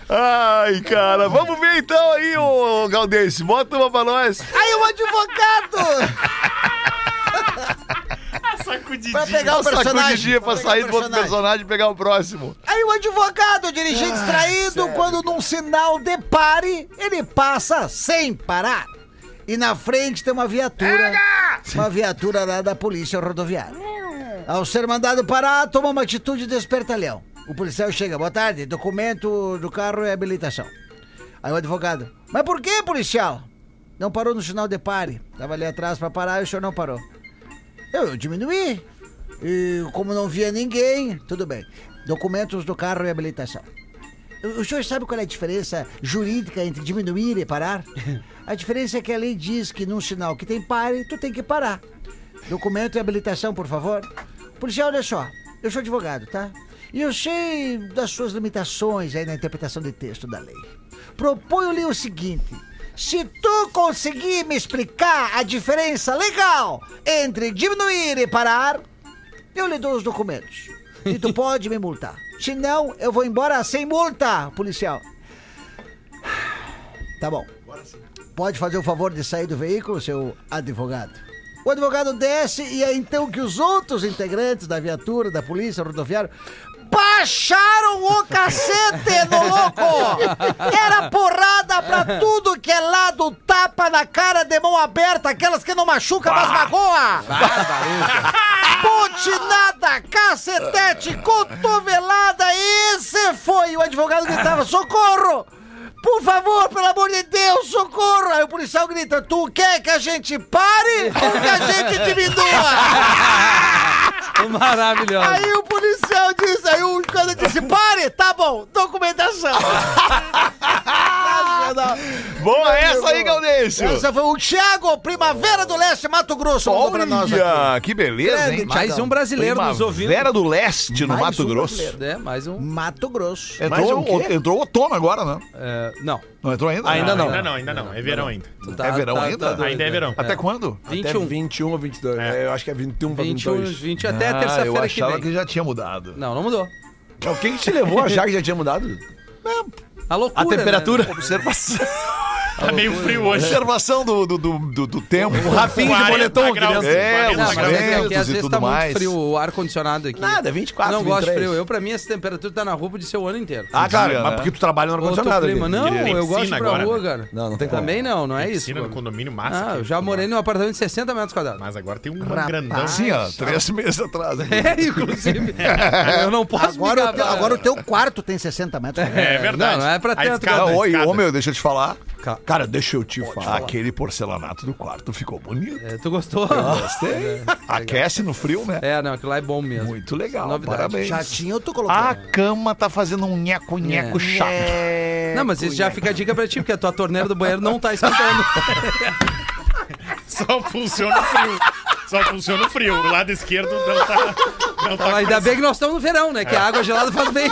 B: Ai, cara, vamos ver então aí, ô Galdense. Bota uma pra nós.
D: Aí o advogado! pra pegar
E: um
D: o
B: Sacou de
D: personagem.
B: dia pra
D: Pra
B: sair
D: pegar
B: do
D: o
B: outro personagem e pegar o próximo.
D: Aí o advogado dirigir distraído quando num sinal de pare, ele passa sem parar. E na frente tem uma viatura, uma viatura lá da polícia rodoviária. Ao ser mandado parar, toma uma atitude de espertalhão. O policial chega, boa tarde, documento do carro é habilitação. Aí o advogado, mas por que policial? Não parou no sinal de pare. Tava ali atrás pra parar e o senhor não parou. Eu, eu diminuí. E como não via ninguém, tudo bem. Documentos do carro e habilitação. O o senhor sabe qual é a diferença jurídica entre diminuir e parar? A diferença é que a lei diz que num sinal que tem pare, tu tem que parar. Documento e habilitação, por favor. Policial, olha só. Eu sou advogado, tá? E eu sei das suas limitações aí na interpretação de texto da lei. Proponho-lhe o seguinte. Se tu conseguir me explicar a diferença legal entre diminuir e parar, eu lhe dou os documentos. E tu pode me multar. Se não, eu vou embora sem multa, policial. Tá bom. Pode fazer o favor de sair do veículo, seu advogado. O advogado desce e é então que os outros integrantes da viatura, da polícia rodoviária, baixaram o cacete no louco! Era porrada pra tudo que é lado, tapa na cara de mão aberta, aquelas que não machuca, mas magoa! Butinada, cacetete, cotovelada, esse foi! O advogado gritava, socorro! Por favor, pelo amor de Deus, socorro! Aí o policial grita, tu quer que a gente pare ou que a gente diminua?
E: [LAUGHS] Maravilhoso.
D: Aí o policial disse, aí o cara disse, pare, tá bom, documentação. Nacional.
B: Boa é essa aí, Gaudêncio.
E: é
D: Essa foi o Thiago, Primavera do Leste, Mato Grosso, mandou pra nós aqui.
B: Olha, que beleza, hein?
E: Mais um brasileiro nos ouvindo.
B: Primavera do Leste, no
D: Mais
B: Mato
D: um
B: Grosso.
D: brasileiro.
E: É, mais um.
D: Mato Grosso.
B: Entrou, o- entrou outono agora, né?
E: é, não.
B: Não entrou ainda?
C: Ainda não.
F: Ainda não, ainda não. É verão ainda.
E: Tu
B: É verão ainda?
E: Tá, doido, né? Tá
F: Ainda é verão.
B: Até quando?
C: Até
E: 21.
C: 21 ou 22. É, eu acho que é 21 pra
E: 21,
C: 22.
E: 20 um, até
B: Ah, eu
E: É terça-feira que
B: achava
E: vem.
B: que, já tinha mudado.
E: Não, não mudou.
C: O que que te levou a achar que já tinha
F: [LAUGHS]
C: mudado?
E: A loucura. Né?
B: Observação, [LAUGHS]
F: Tá meio frio hoje.
B: observação do, do, do, do- do tempo. O
C: Rafinha de
F: 40
C: moletom,
F: graus.
C: criança.
B: É,
F: Não,
B: os
E: Um Não, mas é que aqui
B: ventos
E: às
B: e
E: vezes
B: tudo
E: tá
B: mais.
E: muito frio o ar-condicionado aqui.
C: Nada, é 24,
E: Não gosto de
C: 23.
E: frio. Eu, pra mim, essa temperatura tá na roupa de ser o ano inteiro.
C: Ah, claro,
B: Dia,
C: mas
B: né?
C: porque tu trabalha no ar-condicionado né?
E: Outro
C: ali.
E: clima. Não,
F: Tem
E: eu gosto de
F: piscina
E: ir pra
F: agora,
E: rua,
F: né? tá
E: cara.
C: Não, não tem como.
E: Também não, não é isso.
F: Piscina no
E: cara.
F: condomínio massa.
E: Ah,
F: aqui.
E: eu já morei num apartamento de 60 metros
F: [LAUGHS]
E: quadrados.
F: Mas agora tem um grandão.
B: Sim, ó, três meses atrás. né?
E: É, inclusive. Eu não posso
D: Agora, o
E: me
D: teu-
E: gabar.
D: agora o teu quarto tem 60 metros.
F: É verdade.
E: Não, não é pra
F: A
E: tanto,
F: escada,
E: cara.
F: a
B: Ah, Oi,
F: escada.
B: ô meu, deixa eu te falar.
C: Ca- Cara, deixa eu te falar.
B: Aquele porcelanato do quarto ficou bonito.
E: É, tu gostou?
B: Gostei. Aquece no frio, né?
E: É, não, aquilo lá é bom mesmo.
B: Muito legal,
E: Novidade.
B: parabéns.
D: Chatinho, tu colocou.
B: A cama tá fazendo um nheco-nheco
E: É.
B: chato.
E: Não, mas isso já fica a dica pra ti, porque a tua torneira do banheiro não tá esquentando.
F: Só funciona o frio. Só funciona o frio. O lado esquerdo não tá. Não tá
E: Ainda bem que nós estamos no verão, né? Que a água gelada faz bem.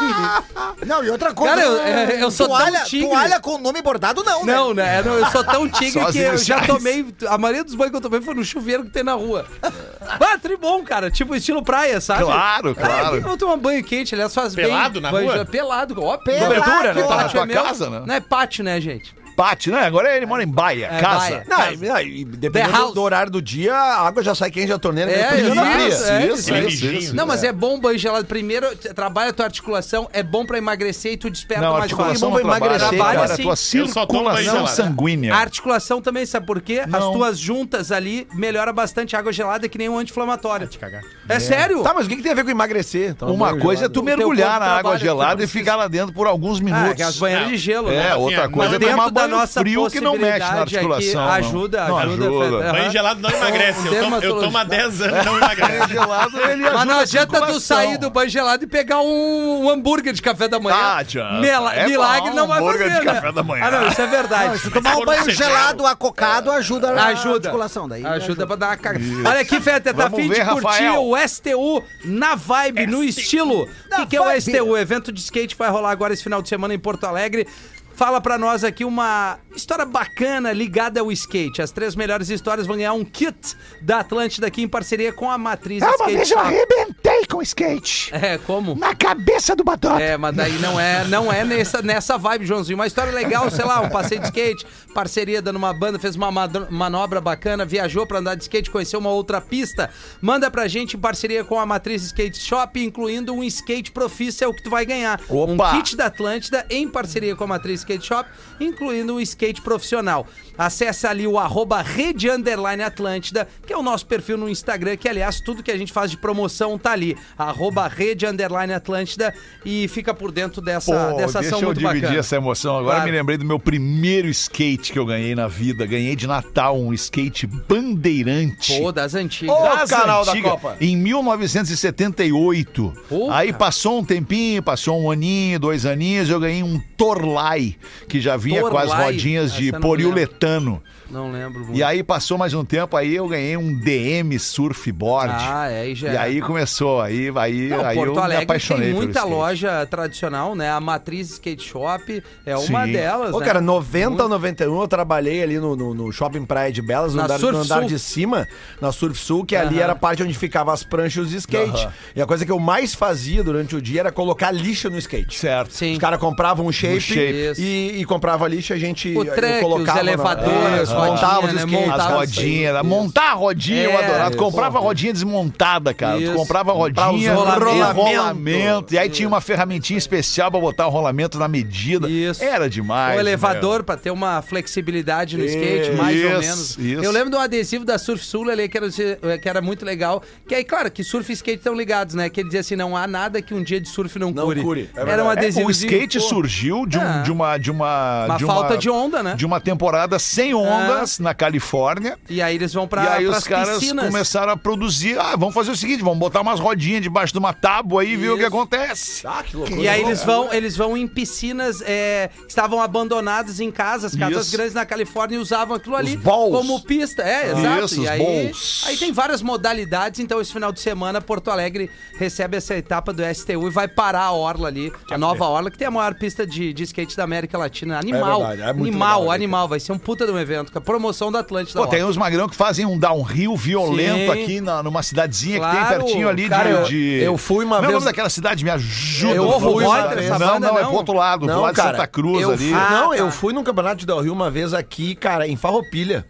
D: Não, e outra coisa.
E: Cara, eu- é, eu sou tão
D: toalha,
E: tigre.
D: toalha com o nome bordado, não, né?
E: Não, né? Não, eu sou tão tigre
B: Só as
E: que eu já
B: iniciais.
E: tomei. A maioria dos banhos que eu tomei foi no chuveiro que tem na rua. Ah, tri bom, cara. Tipo estilo praia, sabe?
B: Claro,
E: Ah,
B: claro.
E: eu tomo um banho quente, aliás, faz
F: Pelado
E: bem.
F: na
E: banho
F: rua?
E: já- Pelado, ó, pelado.
B: Cobertura, né? Tá na
E: Pátio
B: tua
E: é meu.
B: casa, né?
E: Não é pátio, né, gente?
B: Pate, né? Agora ele mora em Baia,
E: É,
B: casa.
E: Baia.
C: Não,
E: Casa.
C: e- não, e
E: The house.
C: dependendo do horário do dia, a água já sai quente da torneira.
E: É,
C: meio torneira
E: isso, é
B: isso,
E: isso,
B: isso,
F: Aquele
B: isso,
F: mijinho,
B: isso.
E: Não, mas é bom banho gelado. Primeiro, t- trabalha a tua articulação, é bom pra emagrecer e tu desperta
B: Não, a
E: é mais fácil.
B: articulação
C: Bom pra
B: não trabalha,
E: emagrecer, assim.
B: trabalha
E: cara.
B: a tua
F: Eu só tomo banho
B: circulação
F: gelado.
B: sanguínea.
E: A articulação também, sabe por quê? As tuas juntas ali melhora bastante a água gelada, que nem um anti-inflamatório.
F: cagar.
E: É, sério?
C: Tá, mas o que, que tem a ver com emagrecer? Então,
B: Uma
C: banho
B: coisa é
C: gelado.
B: tu
E: O teu
B: mergulhar
E: corpo
B: na água
E: trabalha, tu
B: gelada e
E: precisa.
B: ficar lá dentro por alguns
E: Ah, que
B: minutos.
E: as banheiras de gelo,
B: É,
E: né?
B: outra
F: Não,
B: coisa é
E: dentro
B: tomar
E: da
B: banho
E: nossa
B: frio que não mexe na
E: possibilidade aqui,
B: articulação. não.
E: ajuda,
B: Não
E: ajuda, Fred.
F: Banho
E: Aham.
F: gelado não emagrece. Eu tomo, eu tomo há 10 anos e não
E: [LAUGHS]
B: Banho
F: emagrece.
B: gelado, ele ajuda
E: Mas não
B: a
E: adianta tu
B: circulação.
E: sair do banho gelado e pegar um, um hambúrguer de café da manhã.
B: Ah, adianta.
E: Mila-
B: É
E: milagre
B: bom,
E: não vai
B: hambúrguer
E: fazer,
B: de
E: né?
B: café da manhã.
E: Ah, não, isso é verdade.
D: Tomar um
F: Foram
D: banho
F: sem
D: gelado, acocado, ajuda na
E: Ajuda.
D: articulação daí. né?
E: Ajuda, pra dar uma cagada. Olha aqui, Feta, tá
B: Vamos
E: afim de
B: ver,
E: curtir
B: Rafael.
E: o STU na vibe, no estilo. O que, que é o
D: vibe.
E: STU? O evento de skate vai rolar agora esse final de semana em Porto Alegre. Fala pra nós aqui uma história bacana ligada ao skate. As três melhores histórias vão ganhar um kit da Atlântida aqui em parceria com a
A: É
E: Matriz
G: Ah, uma
E: Skate
G: vez eu
E: Shop.
G: arrebentei com o skate.
E: É, como?
G: Na cabeça do Badota.
E: É, mas daí não é, não é nessa, nessa vibe, Joãozinho. Uma história legal, sei lá, um passeio de skate, parceria dando uma banda, fez uma madro- manobra bacana, viajou pra andar de skate, conheceu uma outra pista. Manda pra gente em parceria com a Matriz Skate Shop, incluindo um skate profissa, é o que tu vai ganhar.
B: Opa!
E: Um kit da Atlântida em parceria com a Matriz Skate Shop, incluindo um skate profissional. Acesse ali o arroba Rede Underline Atlântida, que é o nosso perfil no Instagram, que aliás, tudo que a gente faz de promoção tá ali. Arroba Rede Underline Atlântida e fica por dentro dessa,
B: Pô,
E: dessa
B: deixa
E: ação
B: eu
E: muito
B: dividir
E: bacana. Ah,
B: essa emoção. Agora
E: Claro.
B: me lembrei do meu primeiro skate que eu ganhei na vida. Ganhei de Natal um skate bandeirante.
E: Pô, das antigas.
B: Das
C: canal da
B: antigas,
C: Copa.
B: Em 1978.
E: Pô,
B: Aí
E: cara.
B: passou um tempinho, passou um aninho, dois aninhos, eu ganhei um Torlai, que já vinha com as
E: Torlai.
B: rodinhas de
E: Essa eu não
B: poliuretano.
E: Não lembro muito.
B: E aí passou mais um tempo, aí eu ganhei um DM surfboard.
E: Ah, é, aí já
B: E
E: era.
B: aí começou, aí, aí,
E: Não,
B: aí
E: Porto
B: eu me
E: Alegre
B: apaixonei
E: tem
B: pelo
E: muita
B: skate.
E: loja tradicional, né? A Matriz Skate Shop é uma
B: Sim.
E: delas,
C: Ô,
E: né?
C: cara, 90 ou 91 eu trabalhei ali no, no, no Shopping Praia de Belas, no
E: Na
C: andar,
E: Surf
C: no andar
E: Sul.
C: de cima, na Surf Sul, que ali
E: Aham.
C: era a parte onde ficavam as pranchas e os skate. E a coisa que eu mais fazia durante o dia era colocar lixa no skate.
B: Certo.
E: Sim.
C: Os caras compravam um shape,
B: shape.
E: Isso.
C: E, e comprava lixa, a gente
E: O
C: eu
E: track,
C: colocava
E: os
C: na-
E: elevadores,
C: Isso,
E: rodinha,
C: montava os
E: né?
B: As
C: skates.
E: Montava
B: rodinhas, né? montar a rodinha, eu
E: É,
B: adorava. Tu
E: isso.
B: comprava a rodinha desmontada, cara. Tu
E: Isso.
B: comprava a
E: Comprava os
B: rodinha,
E: rolamentos.
B: rolamento. E aí tinha uma ferramentinha especial pra botar o rolamento na medida.
E: Isso.
B: Era demais.
E: o Um elevador
B: né?
E: pra ter uma flexibilidade no skate, mais ou menos.
B: Isso, isso.
E: Eu lembro de um adesivo da Surf Sul ali que era, que era muito legal. Que aí, claro, que surf e skate estão ligados, né? Que ele dizia assim: não há nada que um dia de surf não,
C: Não
E: cure.
C: cure, é
E: era um
B: É,
E: adesivo.
B: o skate surgiu de, um-
E: É.
B: de uma. De uma,
E: Uma
B: de
E: falta de onda, né?
B: De um- uma temporada sem ondas na Califórnia.
E: E aí eles vão pra,
B: e aí
E: pras
B: os caras
E: piscinas.
B: começaram a produzir. Ah, vamos fazer o seguinte: vamos botar umas rodinhas debaixo de uma tábua aí e ver o que
E: Isso.
B: acontece.
C: Ah, que loucura.
E: E aí eles vão, eles vão em piscinas é, que estavam abandonadas em casas, casas
B: Isso.
E: grandes na Califórnia e usavam aquilo ali
B: bowls.
E: como pista. É, exato.
B: Isso, os
E: e aí,
B: bowls.
E: aí tem várias modalidades, então esse final de semana Porto Alegre recebe essa etapa do STU e vai parar a Orla ali, a nova Orla, que tem a maior pista de, de skate da América Latina. Animal,
C: É verdade, é muito
E: animal,
C: legal ali,
E: animal. Vai ser um puta de um evento, com a promoção da Atlântida.
B: Pô,
E: Orla.
B: tem uns magrão que fazem um downhill violento
E: Então, Sim.
B: aqui na- numa cidadezinha que tem
E: Claro,
B: pertinho ali de-
E: cara,
B: de,
E: eu-
C: eu fui uma
B: Como é o
C: vez-
B: nome daquela cidade, me ajuda.
E: Eu
B: por
E: fui
B: favor.
E: uma vez.
B: Não, não, é
E: Não.
B: pro outro lado, pro lado de Santa Cruz
C: eu
B: ali.
C: Fui,
E: Ah,
C: não,
E: tá.
C: eu fui num campeonato de Del Rio uma vez aqui, cara, em Farroupilha.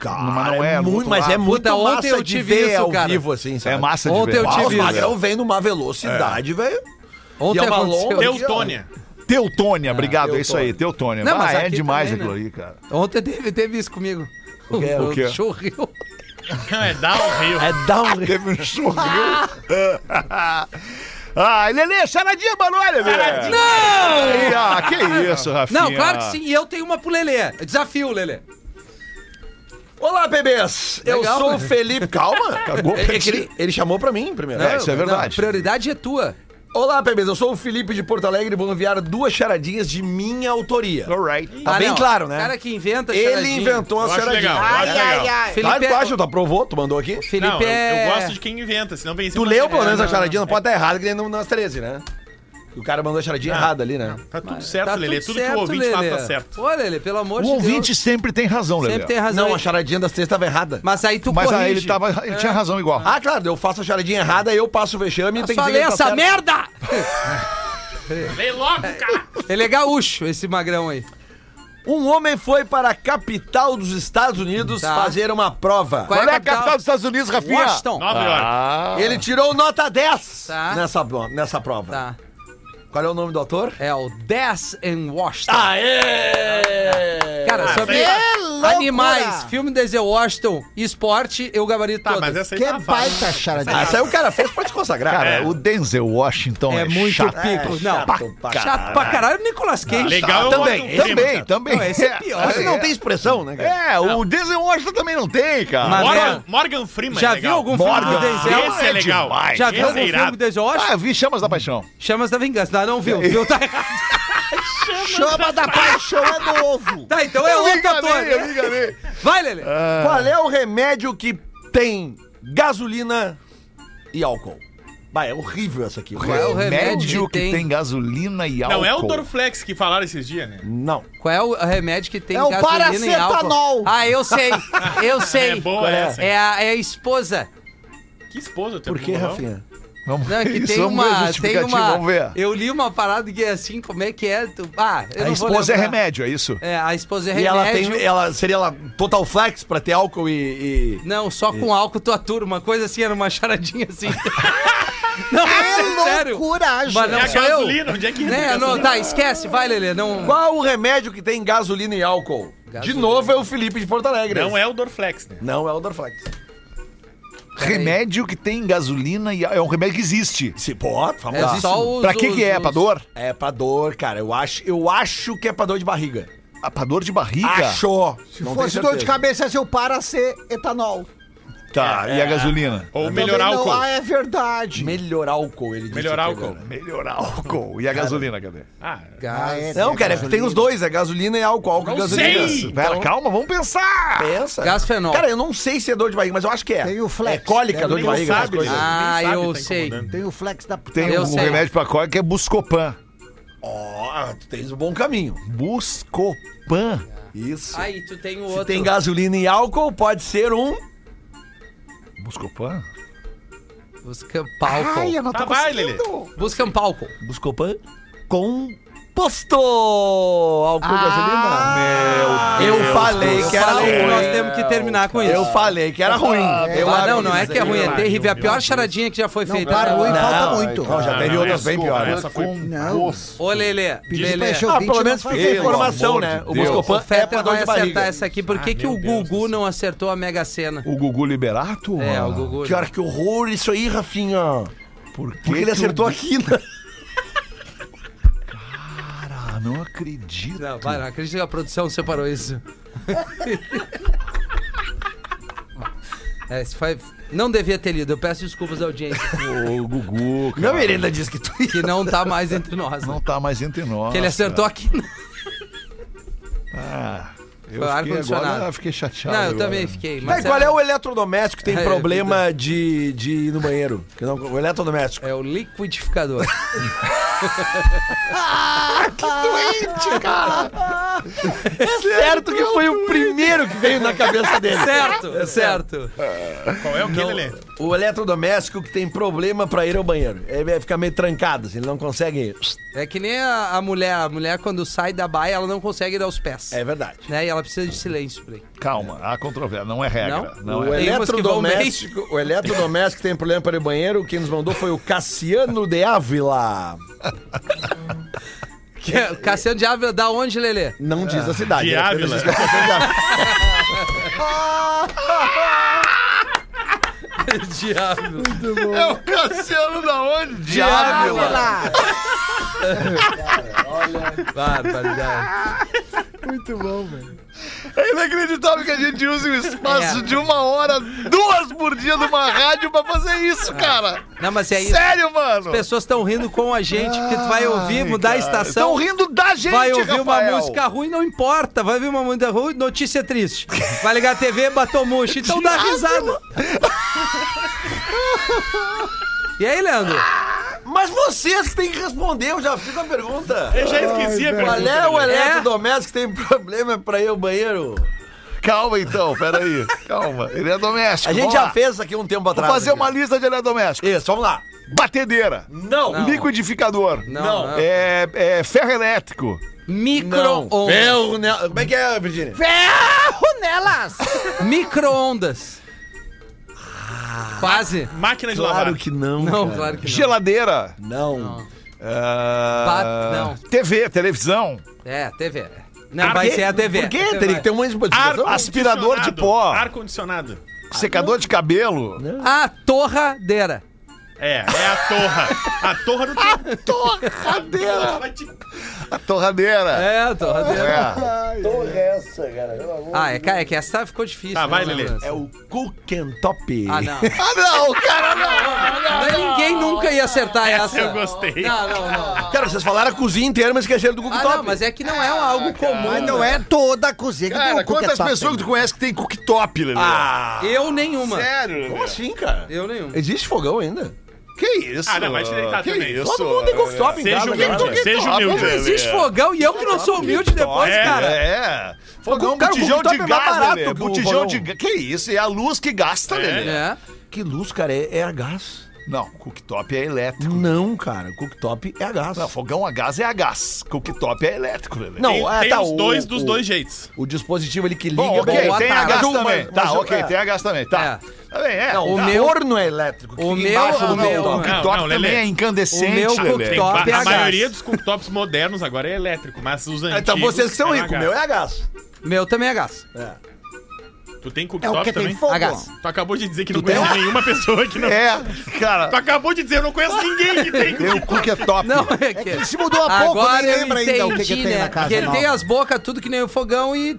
C: Cara,
B: mas não é, no
C: muito,
B: outro
C: mas
B: lado.
C: é muito
E: Puta, ontem
C: massa
E: eu
C: de
E: tive
C: ver
E: isso,
C: ao
E: cara.
C: vivo, assim, sabe?
B: É massa de
E: Ontem
B: ver.
E: eu
C: Ah,
E: tive
C: os
E: isso.
C: magrão vem numa
B: É.
C: velocidade, velho.
E: Ontem
C: E é uma
E: aconteceu.
C: longa-
F: Teutônia.
B: Teutônia, obrigado, é isso
C: Teutônia.
B: aí, Teutônia.
E: Não,
B: ah,
E: mas
B: é
E: aqui
B: demais
E: também,
B: aquilo
E: né?
B: ali, cara. [LAUGHS]
E: Ontem teve, teve isso comigo. O,
C: quê?
E: [LAUGHS]
C: O
B: quê?
E: Chorreu.
F: É downhill.
C: É downhill.
B: Teve um churril. [LAUGHS] Ah, Lelê, charadinha, mano, olha, velho. Não! Ah, que isso, Rafinha.
E: Não, claro que sim. E eu tenho uma pro Lelê. Desafio, Lelê.
C: Olá, bebês!
E: Legal.
C: Eu sou o
B: [LAUGHS]
C: Felipe. Calma!
B: Cagou pra
C: É que
B: ti.
C: ele, ele chamou pra mim primeiro.
B: É, isso é verdade.
E: prioridade é tua.
C: Olá, bebês. Eu sou o Felipe de Porto Alegre e vou enviar duas charadinhas de minha autoria.
B: Alright.
C: Tá
E: Ah,
C: bem
E: não.
C: claro,
E: O
C: né?
E: cara que inventa
C: Ele
E: charadinha.
C: inventou a
F: Eu acho
C: charadinha. Ah,
F: legal. eu acho legal.
E: Felipe
C: Claro,
E: é-
C: tu acha? Tu aprovou? Tu mandou aqui?
E: Felipe
F: não, eu-
E: é...
F: eu, gosto de quem inventa, senão vem em
C: Tu
F: cima
C: leu
F: da
C: pelo menos
F: direita.
C: a charadinha? Não pode estar errado, que nem no- nas 13, né? O cara mandou a charadinha errada ali, né?
F: Tá tudo certo,
E: Tá
F: Lelê. Tudo, que
E: certo,
F: o ouvinte faz tá
E: Lelê.
F: certo.
E: Ô, Lelê, pelo amor
B: O
E: de
B: ouvinte
E: Deus.
B: sempre tem razão, Lele.
E: Sempre tem razão.
C: Não, a
E: aí.
C: charadinha das 13 estava errada.
E: Mas aí tu
B: Mas
E: corrige. É.
B: aí ele, tava, ele tinha razão igual.
C: Ah, claro, eu faço a charadinha errada, eu passo o vexame e tem que
E: Só
C: dizer
E: lê
C: que ele tá
E: essa
C: certo.
E: merda!
F: Lê logo, cara!
E: Ele é gaúcho, esse magrão aí. é
C: Um homem foi para a capital dos Estados Unidos
E: Tá.
C: fazer uma prova.
E: Qual é?
B: Olha É a capital dos Estados Unidos, Rafinha.
E: Washington.
F: Nove horas.
C: Ele tirou nota 10
E: Tá.
C: nessa, pro- nessa prova.
E: Tá.
C: Qual é o nome do autor?
E: É o Death and Washington.
C: Aê!
E: Cara, sobre
D: É loucura!
E: animais, filme de Denzel Washington, esporte, eu gabarito
F: Tá,
E: todo.
F: mas essa aí
D: Que
F: tá fácil.
D: baita charadinha.
C: Ah, Essa aí o cara fez pra te consagrar.
B: Cara,
C: Cara,
F: É.
B: o Denzel Washington é,
E: É muito
B: chato.
E: pico. não,
C: chato
E: pá-
C: pra
E: chato pra caralho. Nicolas Cage.
F: Legal, eu
B: também,
F: gosto de um
B: também,
F: filme,
B: também.
E: Não, esse é pior.
C: Mas não tem expressão, né, cara?
B: É, o Denzel Washington também não tem, cara.
E: Mas-
F: Morgan, Morgan Freeman.
E: Já
F: é
E: viu
F: legal.
E: algum filme
B: Morgan
E: do Denzel?
F: Esse é legal.
B: demais.
E: Já viu
F: Esse
E: algum
F: é
E: filme
F: irado.
E: do Denzel Washington?
B: Ah, eu vi Chamas da Paixão.
E: Chamas da Vingança. Não, não viu. viu tá,
D: Chama da paixão é novo.
E: tá, então é
B: Eu me
E: outro
B: enganei,
E: ator.
B: eu me enganei.
E: Vai, Lelê.
F: Ah.
C: Qual é o remédio que tem gasolina e álcool? Bah, é horrível essa aqui.
E: [LAUGHS] Qual é o remédio que
B: que
E: tem?
B: tem gasolina e álcool.
F: Não é o Dorflex que falaram esses dias, né?
C: Não.
E: Qual é o remédio que tem
D: É o
E: gasolina e álcool?
D: paracetanol.
E: Ah, eu sei. Eu sei.
F: É boa essa. hein?
E: É a, é a esposa.
F: Que esposa teu
C: Por que,
F: bolão?
C: Rafinha?
B: Vamos,
E: Não, é que
B: [LAUGHS] isso,
E: tem
B: vamos ver a
E: uma. Tem
B: justificativa,
E: uma.
B: vamos ver.
E: Eu li uma parada que é assim, como é que é? Tu, ah, eu
B: A
E: não vou
B: esposa é
E: lembrar.
B: remédio, é isso?
E: É, a esposa é
C: E
E: remédio.
C: ela tem. Ela seria ela total flex pra ter álcool e. e-
E: Não, só com álcool tu atura. Uma coisa assim, era uma charadinha assim. não, é
D: É
E: sério.
D: loucura,
E: Mas não
F: É a
E: sou eu.
F: gasolina, onde é que entra
E: Né,
F: gasolina?
E: não, tá, esquece. Vai, Lelê. Não...
C: Qual o remédio que tem gasolina e álcool? De
E: Gasolina.
C: novo é o Felipe de Porto Alegre.
F: Não é o Dorflex, né?
C: Não é o Dorflex.
B: Remédio que tem gasolina e é um remédio que existe.
C: Se pô,
E: É
C: famosíssimo.
E: só os-
B: pra que
E: os-
B: que é? Pra
E: os-
B: dor?
C: É pra dor, cara. Eu acho, eu acho que é pra dor de barriga.
B: Ah, pra dor de barriga?
C: Acho. Se
D: Se fosse dor de cabeça, ia ser o paracetanol.
B: Tá,
E: É,
B: e a gasolina?
F: Ou
D: Também
F: melhorar
D: não-
F: o
D: Ah, é verdade.
C: Melhorar álcool, ele disse
F: Melhorar
C: aqui
F: álcool.
C: agora.
B: né? Melhorar álcool. E a gasolina, cadê?
F: Ah,
D: Ah, é,
C: Não, cara, é que tem os dois, é gasolina e álcool. Álcool e
F: não
C: gasolina.
F: sei!
B: Pera, calma, vamos pensar!
C: Pensa.
E: Gasfenol.
C: Cara, eu não sei se é dor de barriga, mas eu acho que é.
D: Tem o flex.
C: É cólica,
D: Tem
C: dor de
F: Nem
C: barriga, essas
F: sabe,
C: coisas.
E: Ah,
F: nem sabe,
E: eu
F: tá
E: sei.
F: incomodando.
D: Tem o flex da puta.
B: Tem
E: Eu
B: um
E: sei.
B: remédio pra cólica que é Buscopan.
C: Ó, tu tens um bom caminho.
B: Buscopan.
C: Isso.
E: Aí tu tem o
C: se
E: outro.
C: tem gasolina e álcool, pode ser um...
B: Buscopan?
E: Busca palco.
G: Ai, eu não
F: Tá,
G: tô
F: vai,
G: conseguindo.
E: Busca um palco.
C: Buscopan composto. Álcool e gasolina. Meu Deus. Eu falei que era
E: Falei que nós
C: ruim.
E: temos que terminar com isso.
C: Eu falei que era ruim. Eu
E: ah,
C: acho
E: não, não é
C: isso
E: que é
C: aí.
E: ruim, é
F: Meu
E: terrível. É a
F: Deus,
E: pior
F: meu
E: charadinha que já foi feita.
D: para,
E: Não,
D: ruim
E: não.
D: falta muito.
C: Não, então, já
F: Ah,
C: teve
F: não,
C: outras
B: é
C: bem
F: essa-
C: piores.
F: essa foi-
D: Não.
E: Ô, Lelê.
D: Pedi pra
E: Lelê.
D: esse
C: Ah,
D: ouvinte
C: pelo menos
D: não
C: fica a
D: fazer.
C: informação,
B: amor
C: né?
B: de
C: O
B: Deus.
E: O
C: Buscopan é pra dor
E: Feta vai
C: de
E: acertar
C: barriga.
E: essa aqui. Por que,
F: Ah,
E: que o
F: meu Deus
E: Gugu não acertou a Mega Sena?
B: O Gugu Liberato?
E: É, o
B: mano?
E: Gugu.
C: Que hora que horror isso aí, Rafinha.
B: Por que
C: Porque ele
B: que
C: acertou
B: o-
C: aqui, né?
B: Ah, não acredito.
E: Não, vai, não acredito que a produção separou isso. É, isso foi- Não devia ter lido, eu peço desculpas à audiência,
B: O Gugu, cara.
C: Não, ele ainda disse que tu
E: que não tá mais entre nós. né?
B: Não tá mais entre nós.
E: Que ele acertou aqui.
B: Ah, eu
E: Foi
B: fiquei
E: ar-condicionado.
B: agora, eu fiquei chateado.
E: Não, eu
B: agora.
E: também fiquei.
C: Mas
E: Mas
C: qual é o eletrodoméstico que tem
E: [LAUGHS] É,
C: problema de, de ir no banheiro? Que não- o eletrodoméstico.
E: É o liquidificador.
C: É certo que foi o primeiro que veio na cabeça dele.
E: então. certo, certo.
F: Qual é o que, Lelê?
C: O eletrodoméstico que tem problema pra ir ao banheiro. Ele vai ficar meio trancado, assim, ele não consegue ir.
E: É que nem a, a mulher. A mulher, quando sai da baia, ela não consegue dar os pés.
C: É verdade.
E: Né? E ela precisa de silêncio por aí.
B: Calma, há controvérsia. Não é regra. Não,
E: Não?
C: o
B: é.
E: Tem umas que vão bem.
C: eletrodoméstico, o eletrodoméstico que tem problema para ir ao banheiro, quem nos mandou foi o Cassiano de Ávila.
E: Que, é- [LAUGHS] Cassiano de Ávila, da onde, Lelê?
C: Não diz a cidade.
F: De
C: ele apenas
F: Ávila.
C: diz que é Cassiano de Ávila.
E: de Ávila.
B: É o [LAUGHS] Cassiano da onde?
E: [LAUGHS] Barbaridade.
C: Muito bom, velho.
B: É inacreditável que a gente use o espaço de uma hora, duas por dia numa rádio pra fazer isso, cara.
E: Não, mas é isso.
B: Sério, mano.
E: As pessoas estão rindo com a gente, porque tu vai ouvir, mudar a
B: Estão
E: estação.
B: rindo da gente,
E: Vai ouvir
B: Rafael.
E: uma música ruim, não importa. Vai ouvir uma música ruim, notícia triste. Vai ligar a TV, bateu murcho. Então dá
B: [LAUGHS]
E: risada. E aí, Leandro?
C: Mas vocês que têm que responder, eu já fiz a pergunta.
F: Eu já esqueci a
C: Qual
F: pergunta.
C: é o
F: dele.
C: eletrodoméstico que tem problema pra ir ao banheiro?
B: Calma então, peraí. Calma. Ele é doméstico.
C: A gente
B: vamos
C: já
B: lá.
C: fez isso aqui um tempo
B: Vou
C: atrás.
B: fazer
C: aqui.
B: uma lista de eletrodomésticos.
C: Isso, vamos lá.
B: Batedeira.
C: Não.
E: Não.
B: Liquidificador.
E: Não, não.
B: É, é ferro elétrico.
C: Não.
E: Micro-ondas.
C: Ferro nela. Como é que é, Virginia?
E: Micro-ondas. Quase.
F: Máquina de
C: Claro
F: lavar.
C: que não.
E: Não,
C: cara.
E: claro que não.
B: Geladeira.
C: Não.
B: Ah,
E: Bat- não.
B: TV, televisão.
C: Ah,
E: É, TV. Não, vai ser a TV.
C: Por quê? Teria que ter um monte de
F: Ar-
C: modificação.
B: aspirador de pó.
F: Ar-condicionado.
B: secador de cabelo.
C: um-
E: A torradeira.
F: É, é a torra. A torra do
C: [LAUGHS]
F: tempo. Torradeira.
B: A torradeira.
E: É, a torradeira.
B: É.
E: Ah, é, cara, é que essa ficou difícil.
F: Tá,
E: né,
F: vai,
E: Leandro?
F: Lelê.
C: É o Cook and Top.
E: Ah, não.
B: Ah, não, cara, não.
E: Mas ninguém nunca ia acertar essa.
F: eu gostei.
E: Não, não, não.
C: Cara, vocês falaram a cozinha inteira, mas esqueceram do Cook
E: Ah,
C: Top.
E: não, mas é que não é algo comum.
D: Mas não é toda a cozinha que tem
B: Cara,
D: um cookie
B: quantas
D: top,
B: pessoas que
D: né?
B: tu conhece que tem cooktop, Lelê?
C: Ah,
E: Eu nenhuma.
B: sério?
C: como assim, cara?
E: Eu nenhuma.
C: Existe fogão ainda?
B: Que isso?
F: Ah, não, vai te deitar
B: que
F: também.
B: Isso?
C: Todo mundo tem cooktop em
F: Seja
C: casa, cara.
F: humilde, seja humilde.
E: Não existe fogão e eu que não sou humilde depois,
F: É,
E: cara.
B: É. Fogão,
C: Cara, o
B: botijão de
C: cooktop é
B: gás,
C: mais barato
B: Lelê.
C: que o
B: Botijão
C: fogão.
B: de gás. Que isso? É a luz que gasta,
F: É.
B: Lelê.
E: É.
C: Que luz, cara, é, é a gás.
B: Não, cooktop é elétrico.
C: Não, cara, cooktop é a gás.
B: Não, fogão a gás é a gás. Cooktop é elétrico, Lelê.
C: Não,
F: Tem,
C: é,
F: tem
C: tá,
F: os
C: o-
F: dois dos
C: o-
F: dois jeitos.
C: O dispositivo ali que liga...
B: Bom, ok,
E: boa
B: tem a
E: tarde.
B: gás
C: Mas uma-
B: também. Tá,
C: mas uma-
B: ok, tem a gás também. Tá. Tá bem, é.
C: Não, o
B: tá.
E: meu-
C: forno é elétrico. que
E: O
C: fica
E: meu- é
C: embaixo do
E: o meu-
C: cooktop.
F: Não,
B: cooktop
F: não,
B: também
F: Lelê.
B: é incandescente,
E: O meu
B: Lelê.
F: Tem,
E: cooktop- Top é
F: va-
E: a gás.
F: a maioria dos cooktops modernos agora é elétrico, mas os antigos...
C: Então vocês que são
F: eram a
C: ricos, o
F: gás.
C: meu é a gás.
E: Meu também é gás.
F: Tu tem
D: É o
F: cooktop
D: que tem
F: também?
D: fogo.
E: A gás.
F: Tu acabou de dizer que não conhece nenhuma pessoa
C: [LAUGHS]
F: que não...
B: É,
F: Tu
B: cara,
F: acabou de dizer, eu não conheço ninguém que tem
B: tem o cooktop.
E: Não, é que...
D: Ele se mudou há pouco,
E: Agora
D: nem
E: eu
D: lembra ainda o que, que
E: entendi,
D: tem
E: né?
D: na casa
E: Porque ele
D: nova.
E: tem as bocas tudo que nem o fogão e...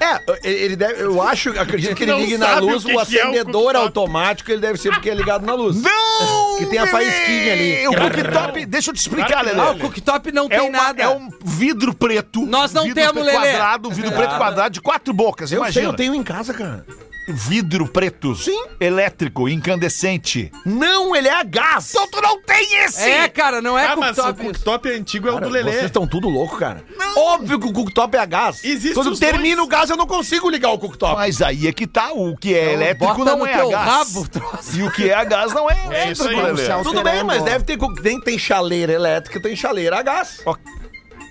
C: É, ele ele deve. Eu acho, acredito que ele
F: Não
C: ligue na
F: sabe
C: luz,
F: o
C: o,
F: que que é o
C: acendedor
F: cooktop.
C: automático, ele deve ser porque é ligado na luz.
B: Não!
C: Que tem a
B: Lelê!
C: faísquinha ali.
B: O cooktop, deixa eu te explicar,
F: Claro que
B: Lelê.
E: Ah, o cooktop não
B: É,
E: tem
B: uma-
E: nada.
B: é um vidro preto.
E: Nós não
B: vidro
E: temos,
B: preto
E: Lelê.
B: quadrado, vidro preto quadrado de quatro bocas,
C: Eu sei,
B: imagina.
C: eu tenho em casa, cara.
B: Vidro preto.
C: Sim.
B: Elétrico, incandescente.
C: Não, ele é a gás!
B: Então tu não tem esse!
E: É, cara, não é
F: Ah, mas o
E: cooktop. isso.
F: cooktop antigo é o
C: Cara,
F: do Lelê.
C: Vocês estão tudo louco, cara. Óbvio que o cooktop é a gás.
F: Existe
C: Quando
F: os
C: termina
F: dois.
C: o gás, eu não consigo ligar o cooktop.
B: Mas aí é que tá, o que é elétrico
E: bota
B: não
E: no
B: é
E: teu
B: a gás.
E: rabo, troço.
B: E o que é a gás não é
F: É isso
B: elétrico,
F: aí.
B: Lelê.
D: Tá
C: Tudo bem,
D: alterando.
C: mas deve ter. co- Tem, tem chaleira elétrica, tem chaleira a gás.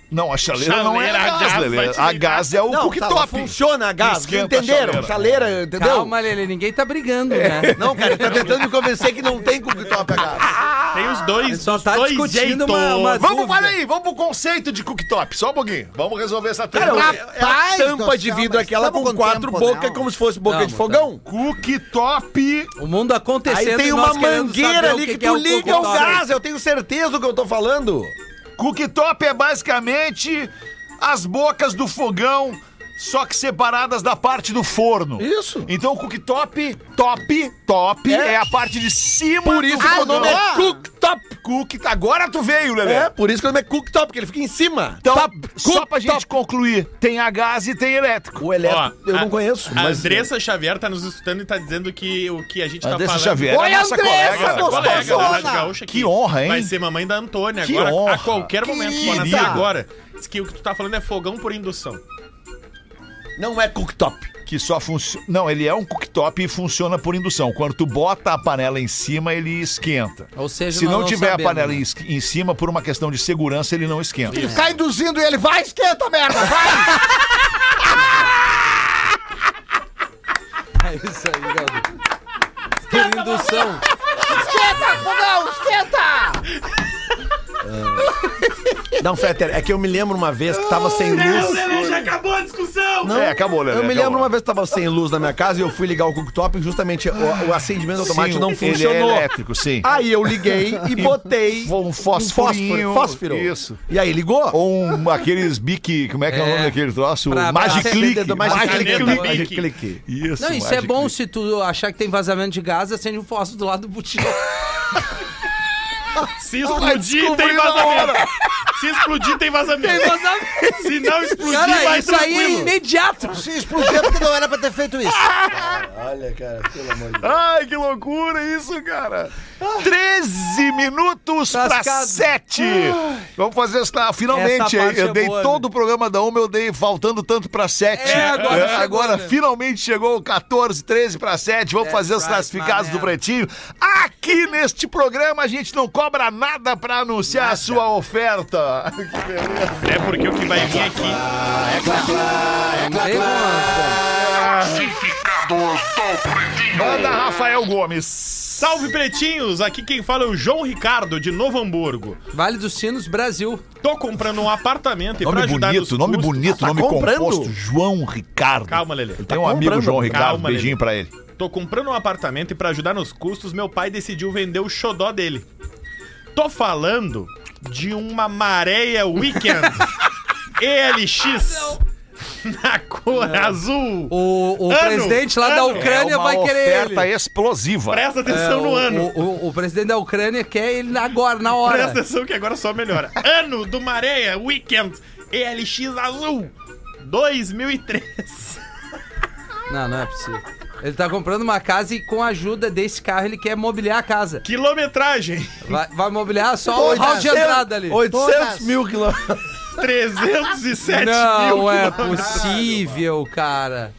B: Não, a chaleira, não é
F: Chaleira,
B: a gás,
F: gás, vai
B: Lelê.
F: te
B: A
F: ligar.
B: gás é o
C: Não, tá, mas
B: cooktop.
C: funciona a gás,
B: Esquenta
C: entenderam?
B: a
C: Chaleira, entendeu?
E: Calma, Lelê, ninguém tá brigando, né?
C: Não, cara, ele tá tentando me convencer que não tem cooktop a gás.
F: Tem os
C: Ah,
F: dois,
E: só
F: os
E: tá
F: dois
E: discutindo
F: jeitos.
E: uma- uma-
B: Vamos,
E: Dúvida.
B: para aí, vamos pro conceito de cooktop. Só um pouquinho. Vamos resolver essa
C: Cara,
B: treta.
C: é- é a
D: Rapaz
C: tampa
D: do
C: de
D: céu,
C: vidro
D: mas
C: aquela
D: tamo
C: com
D: com
C: quatro
D: tempo,
C: bocas,
D: não.
C: como se fosse boca
E: Não,
C: de fogão.
B: Cooktop.
E: O mundo acontecendo
C: Aí tem
E: e
C: uma
E: nós querendo saber
C: mangueira
E: o
C: ali que
E: é
C: tu
D: um
C: liga o
E: cooktop.
C: gás, eu tenho certeza do que eu tô falando.
B: Cooktop é basicamente as bocas do fogão, só que separadas da parte do forno.
C: Isso.
B: Então o cooktop, top, top, é,
C: É.
B: a parte de cima
C: Por isso que o
B: fogão. Ah!
C: nome é cooktop.
B: Cook, agora tu veio, Lelê.
C: É, por isso que o nome é cooktop, porque ele fica em cima.
B: Então,
C: Top,
B: só pra
C: cooktop.
B: gente concluir, tem a gás e tem elétrico.
C: O elétrico
F: Ó,
C: eu
F: a-
C: não conheço,
F: A
C: mas...
F: Andressa Xavier tá nos escutando e tá dizendo que o que a gente tá
B: Andressa
F: falando...
B: Xavier é
C: Oi,
B: nossa
C: Andressa,
B: colega.
F: Nossa colega da Rádio Gaúcha
B: Que honra, hein?
F: Vai ser mamãe da Antônia
B: Que
F: agora,
B: honra.
F: a qualquer momento. Pode nascer
B: Querida.
F: agora. Diz que o que tu tá falando é fogão por indução.
C: Não é cooktop.
B: né? Que só funciona... Não, ele é um cooktop e funciona por indução. Quando tu bota a panela em cima, ele esquenta.
E: Ou seja,
B: Se
E: nós
B: não tiver
E: sabemos,
B: a panela
E: né?
B: em, esqui- em cima, por uma questão de segurança, ele não esquenta.
D: Ficar induzindo ele, vai esquenta, merda, vai!
E: É isso aí, Gaúcho. Por indução.
D: esquenta, fogão, esquenta!
C: Não, Fetter, é que eu me lembro uma vez que tava sem luz.
F: já acabou a discussão!
B: Não! É, acabou, Lelê.
C: Eu me
B: acabou.
C: lembro uma vez que tava sem luz na minha casa e eu fui ligar o cooktop e justamente o, o acendimento automático
B: Sim,
C: não
B: ele
C: funcionou.
B: é elétrico, sim.
C: Aí eu liguei
B: [LAUGHS]
C: e botei
B: foi um fosforinho,
C: fósforo.
B: isso.
C: E aí ligou?
B: Ou um, aqueles bic, como é que é, o nome
E: É.
B: daquele troço?
E: Pra- pra
B: Magiclick.
C: Acendeu do Magic
B: Magiclick.
C: Click.
F: Click.
C: Magic Click.
B: Isso,
E: Não, isso é
B: Magic
E: bom
B: Click.
E: se tu achar que tem vazamento de gás, acende um fósforo do lado do
F: [LAUGHS]
E: botijão.
B: Ah,
F: Se explodir, tem vazamento. Se explodir,
B: [LAUGHS]
F: tem vazamento. Se não explodir,
E: Cara,
F: vai
E: isso aí é
F: tranquilo.
E: imediato.
D: Se explodir porque não era pra ter feito isso.
C: [LAUGHS]
B: Ai, que loucura isso, cara! 13 minutos pra
E: Lascado.
B: 7. Vamos fazer isso tá, finalmente.
E: Essa parte
B: hein? eu
E: é
B: dei
E: boa,
B: todo o programa da 1, eu dei faltando tanto pra 7.
E: É, agora chegou, né? É,
B: finalmente chegou o 14, 13 pra 7. Vamos
E: That's
B: fazer os
E: right,
B: classificados
E: my
B: do
E: man.
B: Pretinho. Aqui neste programa a gente não cobra nada pra anunciar a sua oferta.
F: É porque o que vai vir aqui.
E: Tem uma-
B: Manda Rafael Gomes.
F: Salve, pretinhos! Aqui quem fala é o João Ricardo, de Novo Hamburgo.
E: Vale dos Sinos, Brasil.
F: Tô comprando um apartamento e pra
B: Nome
F: ajudar
B: bonito,
F: nos
B: nome
F: custos-
B: bonito, nome
C: comprando?
B: composto. João Ricardo.
F: Calma, Lelê.
B: Tem
E: tá
B: um amigo, João Ricardo.
F: Calma,
B: Beijinho
F: Lelê.
B: pra ele.
F: Tô comprando um apartamento e pra ajudar nos custos, meu pai decidiu vender o xodó dele. Tô falando de uma maréia weekend.
E: [LAUGHS]
F: ELX. Na cor azul.
E: O, o
F: Ano,
E: presidente lá da
F: ano.
E: Ucrânia
B: é uma
E: vai querer ele.
B: oferta explosiva.
F: Presta
E: É,
F: atenção
E: o-
F: no ano.
E: O, o- o presidente da Ucrânia quer ele agora, na hora.
F: Presta atenção que agora
E: [LAUGHS]
F: só melhora. Ano do Maréia Weekend ELX Azul 2003.
E: Não, não é possível. Ele tá comprando uma casa e com a ajuda desse carro ele quer mobiliar a casa.
F: Kilometragem
E: Vai, vai mobiliar só o hall
C: 800
E: de entrada ali.
C: 800 mil quilômetros.
F: 307 mil
E: Não é
F: quilômetros.
E: possível, cara.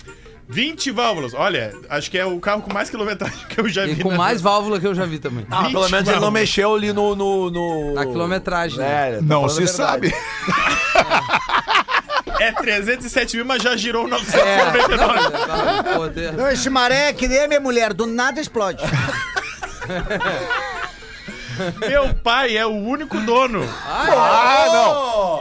F: 20 válvulas. Olha, acho que é o carro com mais quilometragem que eu já vi.
E: E com
F: na
E: mais
F: vida.
E: válvula que eu já vi também.
C: Ah, pelo menos ele não
F: Vinte,
C: mexeu ali no. no, no...
E: Na quilometragem. né?
C: É, ele tá
B: Não
C: falando a
B: se
C: verdade.
B: sabe.
F: É 307 mil, mas já girou
E: É,
F: 999.
E: não, pô, tem-
D: Não, esse maré é que nem a minha mulher, do nada explode.
F: Meu pai é o único dono.
B: Ah,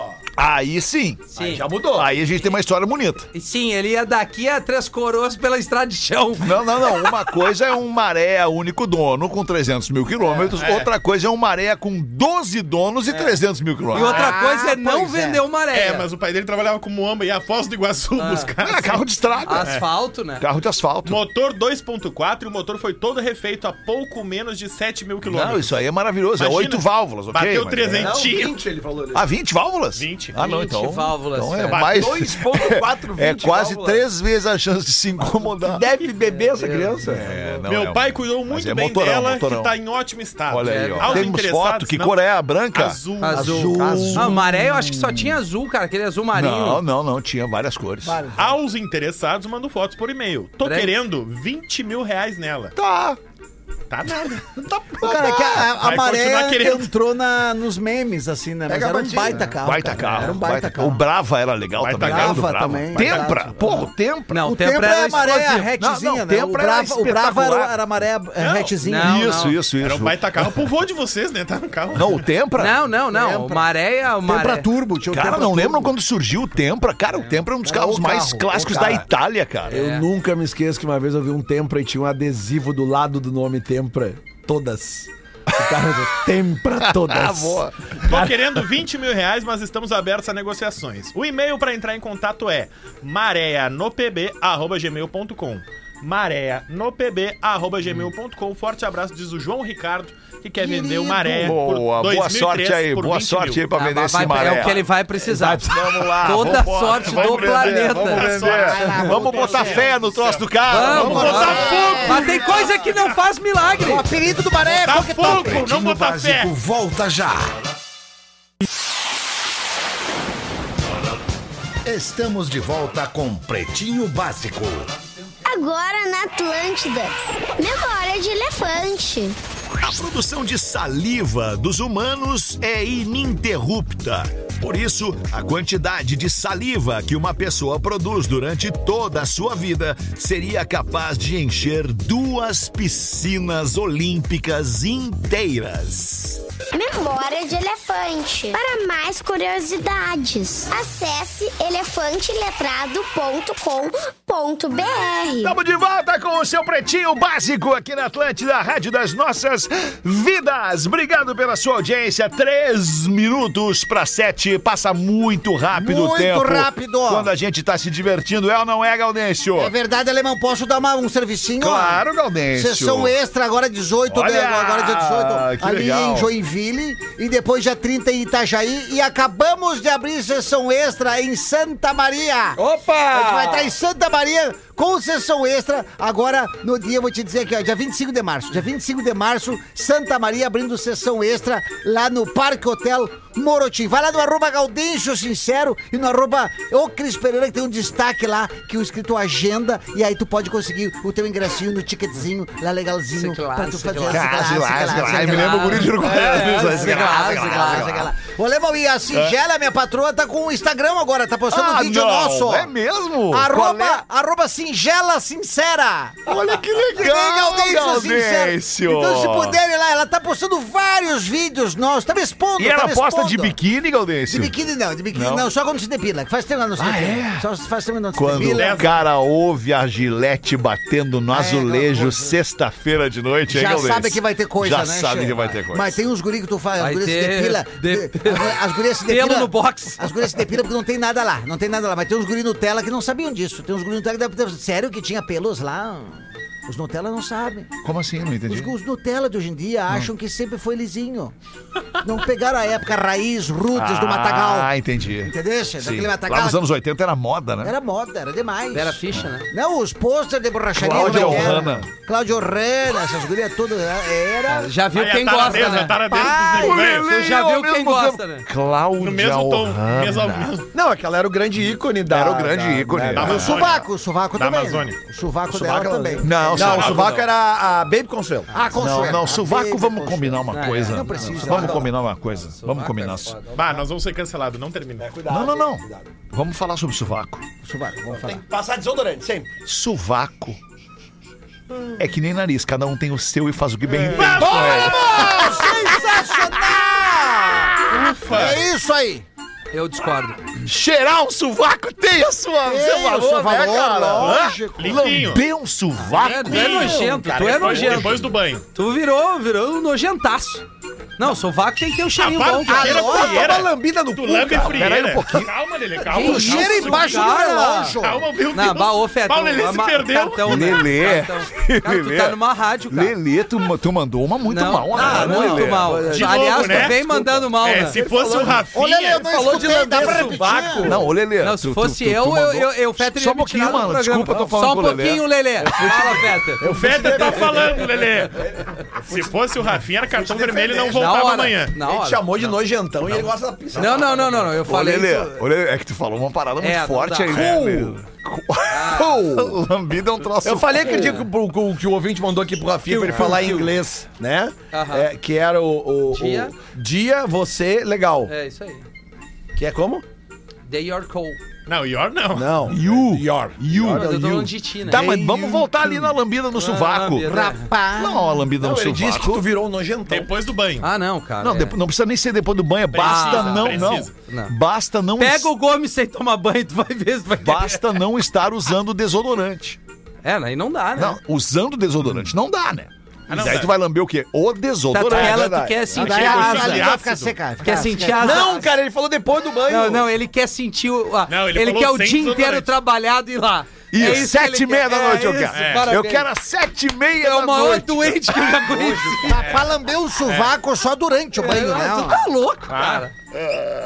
B: não. Aí sim.
E: Sim.
B: Já mudou. Aí a gente tem uma história bonita.
E: E Sim, ele ia daqui a Três Coroas pela estrada de chão.
B: Não, não, não. Uma coisa é um maré único dono com 300 mil quilômetros. Outra coisa é um maré com 12 donos e 300 mil
E: E
B: quilômetros.
E: outra coisa é não
D: pois é.
E: vender uma maré.
F: É, mas o pai dele trabalhava com Moamba e a Foz do Iguaçu buscar.
B: Ah, carro de estrada.
E: Asfalto, né?
B: Carro de asfalto.
F: Motor 2.4 e o motor foi todo refeito a pouco menos de 7 mil quilômetros.
B: Não, isso aí é maravilhoso. é
F: Imagina,
B: oito válvulas, ok?
F: bateu
B: Mas- é
F: 300.
C: Não,
F: Tio.
C: 20 ele falou ali.
B: Ah, 20 válvulas?
F: 20.
B: Ah, não,
E: 20
B: então.
E: válvulas,
B: então é
E: cara.
B: mais. [LAUGHS]
C: 2.4
B: É quase
C: três.
B: três vezes a chance de se incomodar.
C: Deve beber essa criança.
B: É, não,
F: Meu
B: é um-
F: pai cuidou
B: mas
F: muito
B: é
F: bem
B: motorão,
F: dela,
B: motorão.
F: que tá em ótimo estado.
B: Olha aí, ó.
F: Aos
B: Temos
F: interessados,
B: foto. Que
F: não,
B: cor é a branca?
F: Azul.
E: Azul.
B: Azul.
E: Ah, maré eu acho que só tinha azul, cara. Aquele azul marinho.
B: Não, não, não. Tinha várias cores.
F: Aos interessados, mando fotos por e-mail. Tô
E: Branco.
F: querendo 20 mil reais nela.
B: Tá.
F: Tá nada.
D: Ô, Cara, é que a, a, a
F: Vai continuar
D: maré
F: querendo.
D: entrou na, nos memes, assim, né? Mas
C: Pega a
D: era um
C: bandinha.
D: baita carro.
B: Baita
D: cara.
B: carro.
D: Era um baita, carro.
B: O Brava era legal
F: Baita
B: também.
F: carro.
B: lembra do
D: Brava também,
B: Tempra.
D: baita.
B: Porra, o Tempra.
E: Não,
D: O
E: o tempo
D: Tempra
E: era
D: é a maré
E: explosivo.
D: retezinha,
B: Não, não,
D: né? O
B: Tempra era
D: Brava, o Brava era,
B: espetacular.
D: era a maré é, retezinha.
E: não,
B: isso,
E: não.
B: isso, isso.
F: Era um baita carro pro voo de vocês, né? Tá no carro.
B: Não, o Tempra.
E: Não, não, não. O Maré é o
D: Tempra
E: maré.
D: Turbo,
C: um
D: tinha o
B: Cara,
D: Tempra
B: não
D: Turbo.
B: lembram quando surgiu o Tempra? Cara, o Tempra é um dos
C: Era
B: carros
C: o
B: mais
C: carro,
B: clássicos
C: o
B: da
C: carro.
B: Itália, cara.
C: Eu nunca me esqueço que uma vez eu vi um Tempra e tinha um adesivo do lado do nome Tempra. Todas. O carro [LAUGHS] do Tempra
B: Ah,
C: Todas.
B: boa.
F: Tô querendo 20 mil reais, mas estamos abertos a negociações. O e-mail pra entrar em contato é mareanopb.gmail.com mareanopb.gmail.com Forte abraço, diz o João Ricardo, que quer vender o
B: Boa,
F: Maré É, por
B: boa
F: 2003
B: sorte aí.
F: por
B: Boa
F: 20
B: sorte
F: mil.
B: aí pra
E: Ah,
B: vender
E: mas
B: esse
E: vai-
B: maré.
E: É o que ele vai precisar.
B: Vamos lá.
E: Toda
B: vambora.
E: sorte
B: Vamos
E: do
B: vender,
E: planeta.
B: Vamos, vender.
F: Vai lá,
B: Vamos botar
F: Deus.
B: fé no troço do carro.
E: Vamos,
F: botar
E: vamos.
F: fogo.
E: Mas tem coisa que não faz milagre.
D: O apelido do maré é
F: Tá
D: Coquetão.
F: pouco, não
A: Pretinho
F: botar fé.
A: Básico volta já. Estamos de volta com Pretinho Básico.
H: Agora na Atlântida. Memória de elefante.
B: A produção de saliva dos humanos é ininterrupta. Por isso, a quantidade de saliva que uma pessoa produz durante toda a sua vida seria capaz de encher duas piscinas olímpicas inteiras.
H: Memória de elefante. Para mais curiosidades, acesse elefanteletrado.com.br.
B: Estamos de volta com o seu Pretinho Básico aqui na Atlântida, Rádio das Nossas Vidas. Obrigado pela sua audiência. Três minutos para sete. Passa muito rápido o
D: Muito
B: tempo.
D: rápido.
B: Quando a gente tá se divertindo, é ou não é, Gaudêncio?
D: É verdade, alemão, posso dar uma- um servicinho?
B: Claro, Gaudêncio.
D: Sessão extra, agora 18,
B: Olha,
D: de- agora dia 18,
B: que
D: ali
B: legal.
D: em Joinville, e depois dia 30 em Itajaí, e acabamos de abrir sessão extra em Santa Maria. A gente vai
B: Ah.
E: Opa!
D: estar em Santa Maria com sessão extra. Agora, no dia, eu vou te dizer aqui, ó, dia 25 de março. Dia 25 de março, Santa Maria abrindo sessão extra lá no Parque Hotel Morotim. Vai lá no arroba Gaudêncio Sincero e no arroba O Cris Pereira, que tem um destaque lá, que é escrito agenda, e aí tu pode conseguir o teu ingressinho no ticketzinho lá legalzinho.
E: Sei que lá,
D: pra tu
E: sei que
D: fazer
E: lá.
D: essa
B: Classe,
D: classe,
B: classe,
D: classe,
B: classe. Me
D: classe.
B: lembro o guri de Uruguai.
E: É, sei lá,
B: Classe,
E: sei lá,
B: classe,
E: sei lá.
B: classe.
D: Ô, Lemão, e a Singela, minha patroa, tá com o Instagram agora, tá postando
B: Ah,
D: vídeo
B: não,
D: nosso.
B: é mesmo?
D: Arroba,
B: Qual é?
D: arroba Singela Sincera.
B: Olha que
D: Tem
B: legal,
D: Gaudêncio Sincero.
B: Gaudêncio.
D: Então, se puderem lá, ela tá postando vários vídeos nossos, tá me expondo,
B: E
D: tá
B: ela
D: me
B: posta de
D: expondo.
B: biquíni,
D: De
B: Gaudêncio?
D: biquíni não, de biquíni
B: Não. Ah, é?
D: não, só quando se depila, que faz tempo que ela não se depila. Só faz tempo que não se
B: Quando É,
D: depila.
B: o cara ouve a gilete batendo
E: É,
B: no azulejo
D: não,
B: sexta-feira de noite, hein,
D: Já
B: Gaudêncio?
D: sabe que vai ter coisa,
B: Já
D: né?
B: sabe
D: Che?
B: que vai ter coisa.
D: Mas tem uns guri que tu faz, as
E: Vai
D: gurias se
E: ter
D: depila.
E: de-
D: de- [LAUGHS] as- As gurias se
E: Pelo
D: depila.
E: no box.
D: As gurias se depilam porque não tem nada lá. Não tem nada lá. Mas tem uns guri Nutella que não sabiam disso. Tem uns guri Nutella que devem ter. Sério que tinha pelos lá? Os Nutella não sabem.
B: Como assim? Não entendi.
D: Os, os Nutella de hoje em dia acham que sempre foi lisinho. Não pegaram a época raiz, roots do Matagal.
B: Ah, entendi.
D: Entendeu? che?
B: Sim.
D: Daquele
B: Lá
D: Matagal.
B: nos anos 80 era moda, né?
D: Era moda, era demais.
E: Era ficha, né?
D: Não, os pôster de borracharia.
B: Cláudia
D: como é que era?
B: Ohana.
D: Cláudia Ohana, essas gurias todas. Era.
E: Ah, Já viu
F: Aí
E: quem
F: a
E: gosta,
F: taradeza, a
E: né?
F: taradeza dos
E: Você
F: nego velho.
E: já viu quem gosta, né?
B: Cláudia
F: No mesmo tom.
B: Ohana.
F: Mesmo, mesmo.
C: Não, é que ela era o grande ícone da.
B: Era o grande
C: da-
B: ícone.
C: né,
B: Da
C: da-
D: Ah, O sovaco, o sovaco
F: Da
D: também.
F: Amazônia.
D: né? O sovaco,
C: sovaco
D: dela
C: ela-
D: também.
B: Não,
C: Não, o
B: sovaco
C: sovaco era a Baby Consuelo.
D: Ah, Consuelo.
B: Não, não,
D: Ah,
B: sovaco,
D: baby,
B: vamos
D: Consuelo.
B: combinar uma
E: Ah,
B: coisa.
E: não
D: precisa.
B: Vamos
D: Não.
B: combinar uma coisa.
F: é
B: Vamos combinar. isso.
F: Bah, nós vamos ser cancelados, não termina.
B: Não, não, não. Vamos falar sobre sovaco.
D: Sovaco, vamos falar.
G: Passar desodorante, sempre.
B: Sovaco é que nem nariz, cada um tem o seu e faz o que
D: É.
B: bem entende.
D: Sensacional! É isso aí.
E: Eu discordo.
B: Cheirar um sovaco tem a sua,
D: Tem
B: seu
D: o
B: valor,
D: seu
B: né,
D: valor,
B: cara?
D: lógico.
B: Hã?
F: Limpinho.
B: Lamber um sovaco?
E: É, tu é nojento, tu é
F: Depois,
E: nojento.
F: depois do banho.
E: Tu virou, virou um nojentaço. Não, sovaco tem que ter um cheirinho
F: para
E: bom,
F: que cheira
E: cara.
F: frieira.
C: Toma lambida no
F: Tu
C: cu,
F: lambe
C: cara.
F: frieira.
C: Peraí um pouquinho.
F: né? calma, Lelê, calma.
E: Que
F: calma.
D: Cheira
E: isso,
D: embaixo do
E: cara?
D: relógio.
F: Calma, meu Deus.
E: Não, baú fetão.
F: Pau, Lelê se
E: ama-
F: perdeu.
E: Cartão, né?
B: Lelê.
E: Cartão. Cara, tu
B: Lelê.
E: tá numa rádio, cara.
B: Lelê, tu, ma- tu mandou uma muito
E: não,
B: mal,
E: ah,
B: né,
E: muito
B: Lelê?
E: mal.
F: De
E: Aliás,
F: novo,
E: tu
F: né?
E: vem mandando mal,
F: É,
E: né?
F: se fosse o Rafinha...
D: Olha, eu não
E: falou de
D: escutei, dá pra
E: lamber
D: repetir?
E: sovaco.
B: Não, ô Lelê.
E: Não, se
B: tu- tu-
E: fosse
B: tu- tu
E: eu, eu,
B: mandou-
E: eu, eu, Fetter
B: Só
E: ia
B: um
E: me
B: pouquinho,
E: tirar do
B: mano.
E: programa.
B: Desculpa, eu tô falando
E: Só
B: com
E: um
B: o Lelê.
E: pouquinho, Lelê. Fala, Fetter.
F: O Feder tá falando,
E: [LAUGHS]
F: Lelê. Se fosse o Rafinha, era cartão vermelho e não
E: Na
F: voltava
E: hora.
F: amanhã.
E: Na
C: Ele te
E: hora.
C: chamou de nojentão e ele gosta da pizza.
E: Não, não, não, não, não. Eu
B: Ô,
E: falei.
B: Lelê,
E: isso-
B: ô, Lelê, é que tu falou uma parada muito
E: É, não
B: forte
E: dá. Ah.
B: aí, né? Lelê?
C: [LAUGHS]
B: Cu. Lambida é um troço...
C: Eu falei aquele dia que, o- que o- que o ouvinte mandou aqui pro Rafinha pra ele falar em inglês, né?
E: Aham.
C: É, que era o, o-
E: Dia.
C: o- Dia, você, legal.
E: É isso aí.
C: Que é como?
E: Day or cold.
F: Não, Ior não.
C: Não.
B: You.
C: Your.
B: You.
E: Mas eu tô falando de ti, né?
B: Tá, mas vamos voltar ali na lambida no sovaco.
E: lambida.
D: Rapaz.
B: Não, a lambida
C: Ah, Não,
B: no
C: ele disse que tu
B: sovaco.
C: virou um nojentão.
F: Depois do banho.
E: Ah, não, cara.
B: Não,
E: é.
B: depo- não precisa nem ser depois do banho, basta
F: Precisa,
B: não,
F: precisa.
B: não.
E: Não.
B: Basta não
E: Pega o Gomes sem tomar banho, tu vai ver se vai
B: Basta não estar usando desodorante.
E: É, aí não dá, né?
B: Não, usando desodorante não dá, né?
F: Ah, não,
B: e aí
F: dá.
B: tu vai lamber o quê? O
E: Tá, tu,
B: desodorante. é
E: ela, tu
C: verdade.
E: quer
D: Daí
E: sentir
F: Chega
D: a,
F: com
D: a
F: esse
D: língua fica
F: ácido.
D: seca. fica-
E: Quer sentir as
C: Não, cara, ele falou depois do banho.
E: Não, não, ele quer sentir o. ah,
F: Não, ele
E: ele
F: falou
E: quer o
F: sem
E: dia inteiro
F: desodorante.
E: trabalhado e ir lá.
B: E
E: É isso que
B: sete
E: ele
B: e meia
E: quer.
B: da noite,
E: É
B: eu quero.
E: isso,
F: É.
B: Eu
E: parabéns.
B: quero às sete e meia
E: É o
B: da
E: maior
B: noite.
E: doente que eu já conheci.
D: Pra, pra lamber o sovaco só durante o banho,
E: Ah, tu
D: né?
E: tá louco, cara.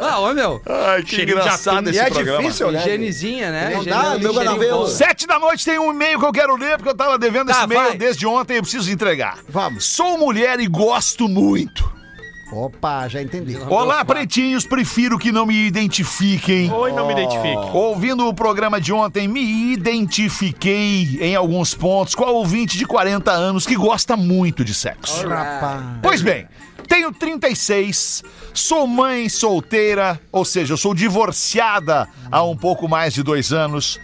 E: Ah, ô meu.
B: Ai, que
F: Cheirinho de
B: engraçado
F: atum.
B: esse
C: E é
B: programa.
C: difícil, né?
E: Higienezinha, né?
C: Não dá,
E: Higiene-
C: meu
E: higiene
C: canavelo.
E: boa.
B: Sete da noite tem um e-mail que eu quero ler, porque eu tava devendo
E: Tá,
B: esse e-mail
E: vai.
B: desde ontem e eu preciso entregar.
D: Vamos.
B: Sou mulher e gosto muito.
D: Opa, já entendi.
B: Olá, pretinhos, prefiro que não me identifiquem.
F: Oi, não me identifique.
B: Ouvindo o programa de ontem, me identifiquei em alguns pontos com a ouvinte de 40 anos que gosta muito de sexo.
D: Rapaz.
B: Pois bem, tenho 36, sou mãe solteira, ou seja, eu sou divorciada há um pouco mais de dois anos.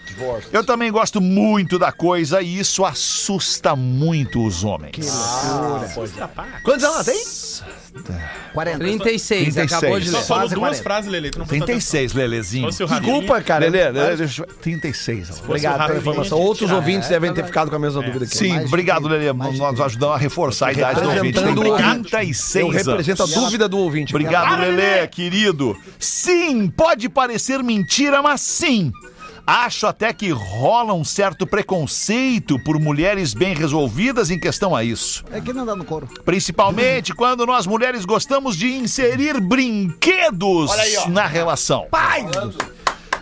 B: Eu também gosto muito da coisa e isso assusta muito os homens.
C: Quantos ela tem?
D: 40.
E: 36, acabou de
F: Só
E: ler.
F: falou
D: Quase
F: duas
D: 40.
F: frases, Lele. Tu não prestou atenção.
B: 36, Lelezinho.
F: Fosse o Rafinha,
C: Desculpa, cara.
B: Lelê, Lelê, deixa eu- 36. ó.
C: Obrigado pela
F: Rafinha,
C: informação.
F: a gente
C: Outros
F: tira.
C: ouvintes devem
E: É.
C: ter ficado com a mesma dúvida que eu.
B: Sim, obrigado, Lelê. Nós ajudamos a reforçar a idade do ouvinte. Tem
C: Representando o ouvinte.
B: 36
C: Eu
B: anos.
C: represento a dúvida do ouvinte.
B: Obrigado, Lelê, querido. Sim, pode parecer mentira, mas sim. Acho até que rola um certo preconceito por mulheres bem resolvidas em questão a isso.
D: É que não dá no couro.
B: Principalmente quando nós mulheres gostamos de inserir brinquedos na relação. Pai!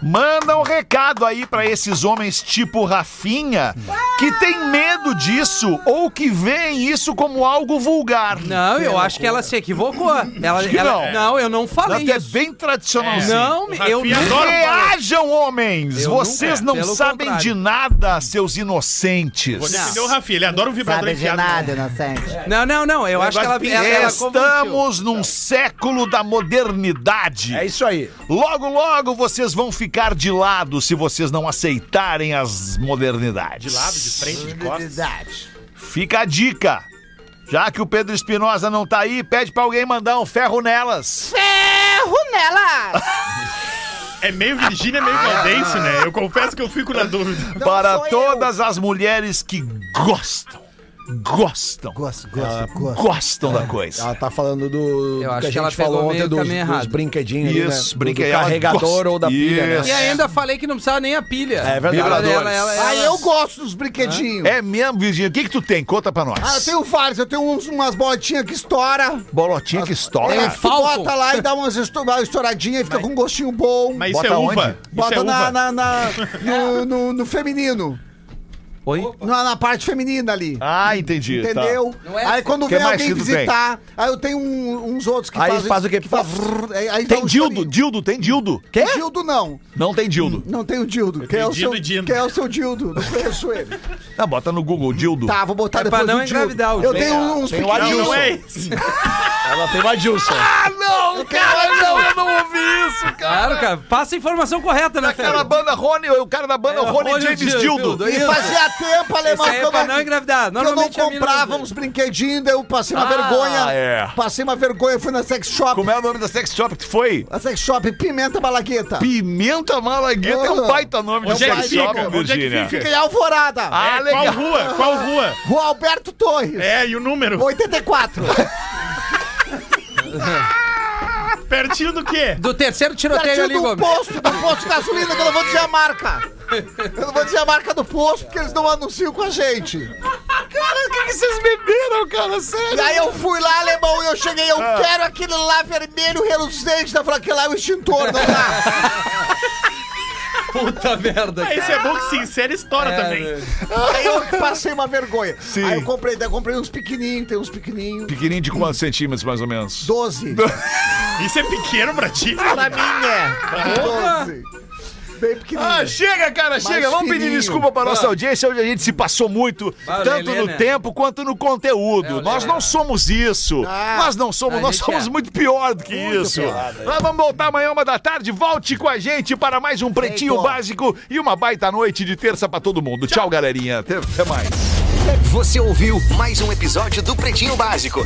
B: Manda um recado aí pra esses homens tipo Rafinha que tem medo disso ou que veem isso como algo vulgar.
E: Não, eu acho que ela se equivocou. Ela,
B: que
E: ela-
B: não.
E: eu não
B: Ela
E: falei
B: até é
E: isso.
B: bem tradicionalzinho.
E: Não,
F: O
E: eu
F: Rafinha
E: não.
F: adora
B: Reajam, homens!
E: Eu
B: Vocês
E: nunca,
B: não
E: pelo
B: sabem
E: contrário.
B: de nada, seus
F: Vou
B: inocentes.
F: defender o Rafinha. Ele adora um vibrador enfiado.
D: inocente.
E: Não, não, não. Eu acho que ela, ela, ela confundiu.
B: Estamos num século da modernidade.
C: É isso aí.
B: Logo, logo vocês vão ficar de lado se vocês não aceitarem as modernidades.
F: De lado, de frente, de costas.
B: Fica a dica. Já que o Pedro Espinosa não tá aí, pede pra alguém mandar um ferro nelas.
F: É meio Virgínia, meio Valdense, né? Eu confesso que eu fico na dúvida.
B: para
I: Então
B: todas as mulheres que gostam, gostam,
D: Gosto, gosto, gosto.
B: gostam
I: É,
B: da coisa.
C: Ela tá falando do, do
E: acho
C: que a
E: que ela
C: gente falou
E: pegou
C: ontem
E: meio
C: dos,
E: caminho
C: dos
E: errado.
C: brinquedinhos ali, né?
B: Isso,
C: Do-
B: brinquedo.
C: Do
B: Ela
C: carregador
B: gosta.
C: ou da pilha,
B: Isso.
E: E
C: né?
E: ainda falei que não precisava nem a pilha.
C: É verdade.
E: Ela- ela- ela- ela-
I: Ah, eu gosto dos brinquedinhos.
B: É mesmo, Virgínia? O que que tu tem? Conta pra nós.
I: Ah, eu tenho vários, eu tenho uns- umas bolotinhas que estoura.
B: Bolotinha
I: Ah,
B: que estoura.
I: Tu
E: Falcon.
I: bota lá e dá umas esto- uma estouradinha e fica com um gostinho bom.
F: Mas
B: Bota
F: isso é uva.
B: onde?
F: Isso
I: Bota
F: é
I: na,
F: uva.
I: na- na- no, no- no feminino.
E: Oi?
I: Na, na parte feminina ali.
B: Ah, entendi. tá.
I: Entendeu?
E: Não é
I: aí
E: assim.
I: quando
B: Que
I: vem
B: mais
I: alguém
B: que tu tem?
I: visitar, aí eu tenho um- uns outros que
C: Aí
I: fazem-
C: faz o quê?
I: Que faz, aí, aí dá
B: Tem
I: um
B: dildo,
I: chorinho.
B: dildo, tem dildo.
I: Dildo não.
B: Não tem dildo.
I: Não tem o dildo. Quem
F: tenho
I: é o,
F: dildo
I: seu,
F: e dildo.
I: quem é o seu dildo? Não conheço ele.
B: Ah, bota no Google, dildo.
I: Tá, vou botar
E: É pra
I: depois
E: não
I: o dildo.
E: engravidar o
I: Eu
E: dildo.
I: tenho uns
C: Tem o
I: pequenos-
F: Não,
C: Adilson.
F: não é esse.
C: Ela tem o Adilson.
I: [LAUGHS]
B: Não, cara, não, eu não ouvi isso, cara.
E: Claro, cara. Passa a informação correta, né,
B: Aquela
E: Fera?
B: banda Rony, o cara da banda
E: É,
B: Rony,
E: Rony
B: James
E: Dildo.
B: Dildo.
E: Dildo.
I: E fazia tempo, alemão,
E: Esse aí
I: que
E: é
I: eu
E: pra não
I: não,
E: engravidar.
I: que eu não
E: Normalmente é a mina
I: comprava uns brinquedinhos, daí eu passei uma
B: Ah,
I: vergonha.
B: é.
I: Passei uma vergonha, fui na sex shop.
B: Como é o nome da sex shop que tu foi?
I: A sex é shop Pimenta Malagueta.
B: Pimenta Malagueta é um
I: Ah.
B: baita nome de
F: Onde é que
B: sex
F: fica?
B: shop,
F: Onde é que
B: Virgínia.
F: fica?
I: Fiquei em Alvorada.
B: Ah,
F: É, qual
B: legal.
F: rua? Qual rua?
I: Rua Alberto Torres.
F: É, e o número?
I: 84.
F: Pertinho do quê?
E: Do terceiro tiroteio
I: Pertinho
E: ali,
I: do
E: Gomes.
I: posto, do posto de gasolina, que eu não vou dizer a marca. Eu não vou dizer a marca do posto, porque eles não anunciam com a gente.
B: Cara, o que, que vocês beberam, cara?
I: E
B: Sério? Ah.
I: aí eu fui lá, alemão, e eu cheguei, eu quero aquele lá vermelho reluzente. Ela falou, aquele lá é o extintor, não dá.
E: Puta merda.
F: Ah, esse é bom que se insere e estoura
E: É,
F: também.
E: né?
I: aí eu passei uma vergonha.
B: Sim.
I: Aí eu comprei, daí eu comprei uns pequenininhos, tem uns pequenininhos.
B: Pequenininho de quantos centímetros, mais ou menos? [LAUGHS]
I: 12.
F: Isso é pequeno pra ti?
I: pra mim é. 12. Bem pequenininho.
B: Ah, chega, cara, chega. Vamos pedir
I: fininho.
B: desculpa pra nossa audiência. Hoje a gente se passou muito,
E: Ah,
B: tanto
E: Lelê,
B: no
E: né?
B: tempo quanto no conteúdo.
E: É, o
B: nós
E: Lelê.
B: não somos isso.
F: Ah.
B: Nós não
E: A
B: somos, nós
E: gente
B: somos
E: é.
B: muito pior do que isso.
F: né?
B: Nós vamos voltar amanhã, uma da tarde. Volte com a gente para mais um Pretinho Básico e uma baita noite de terça pra todo mundo. Tchau, galerinha. Até até mais.
J: Você ouviu mais um episódio do Pretinho Básico.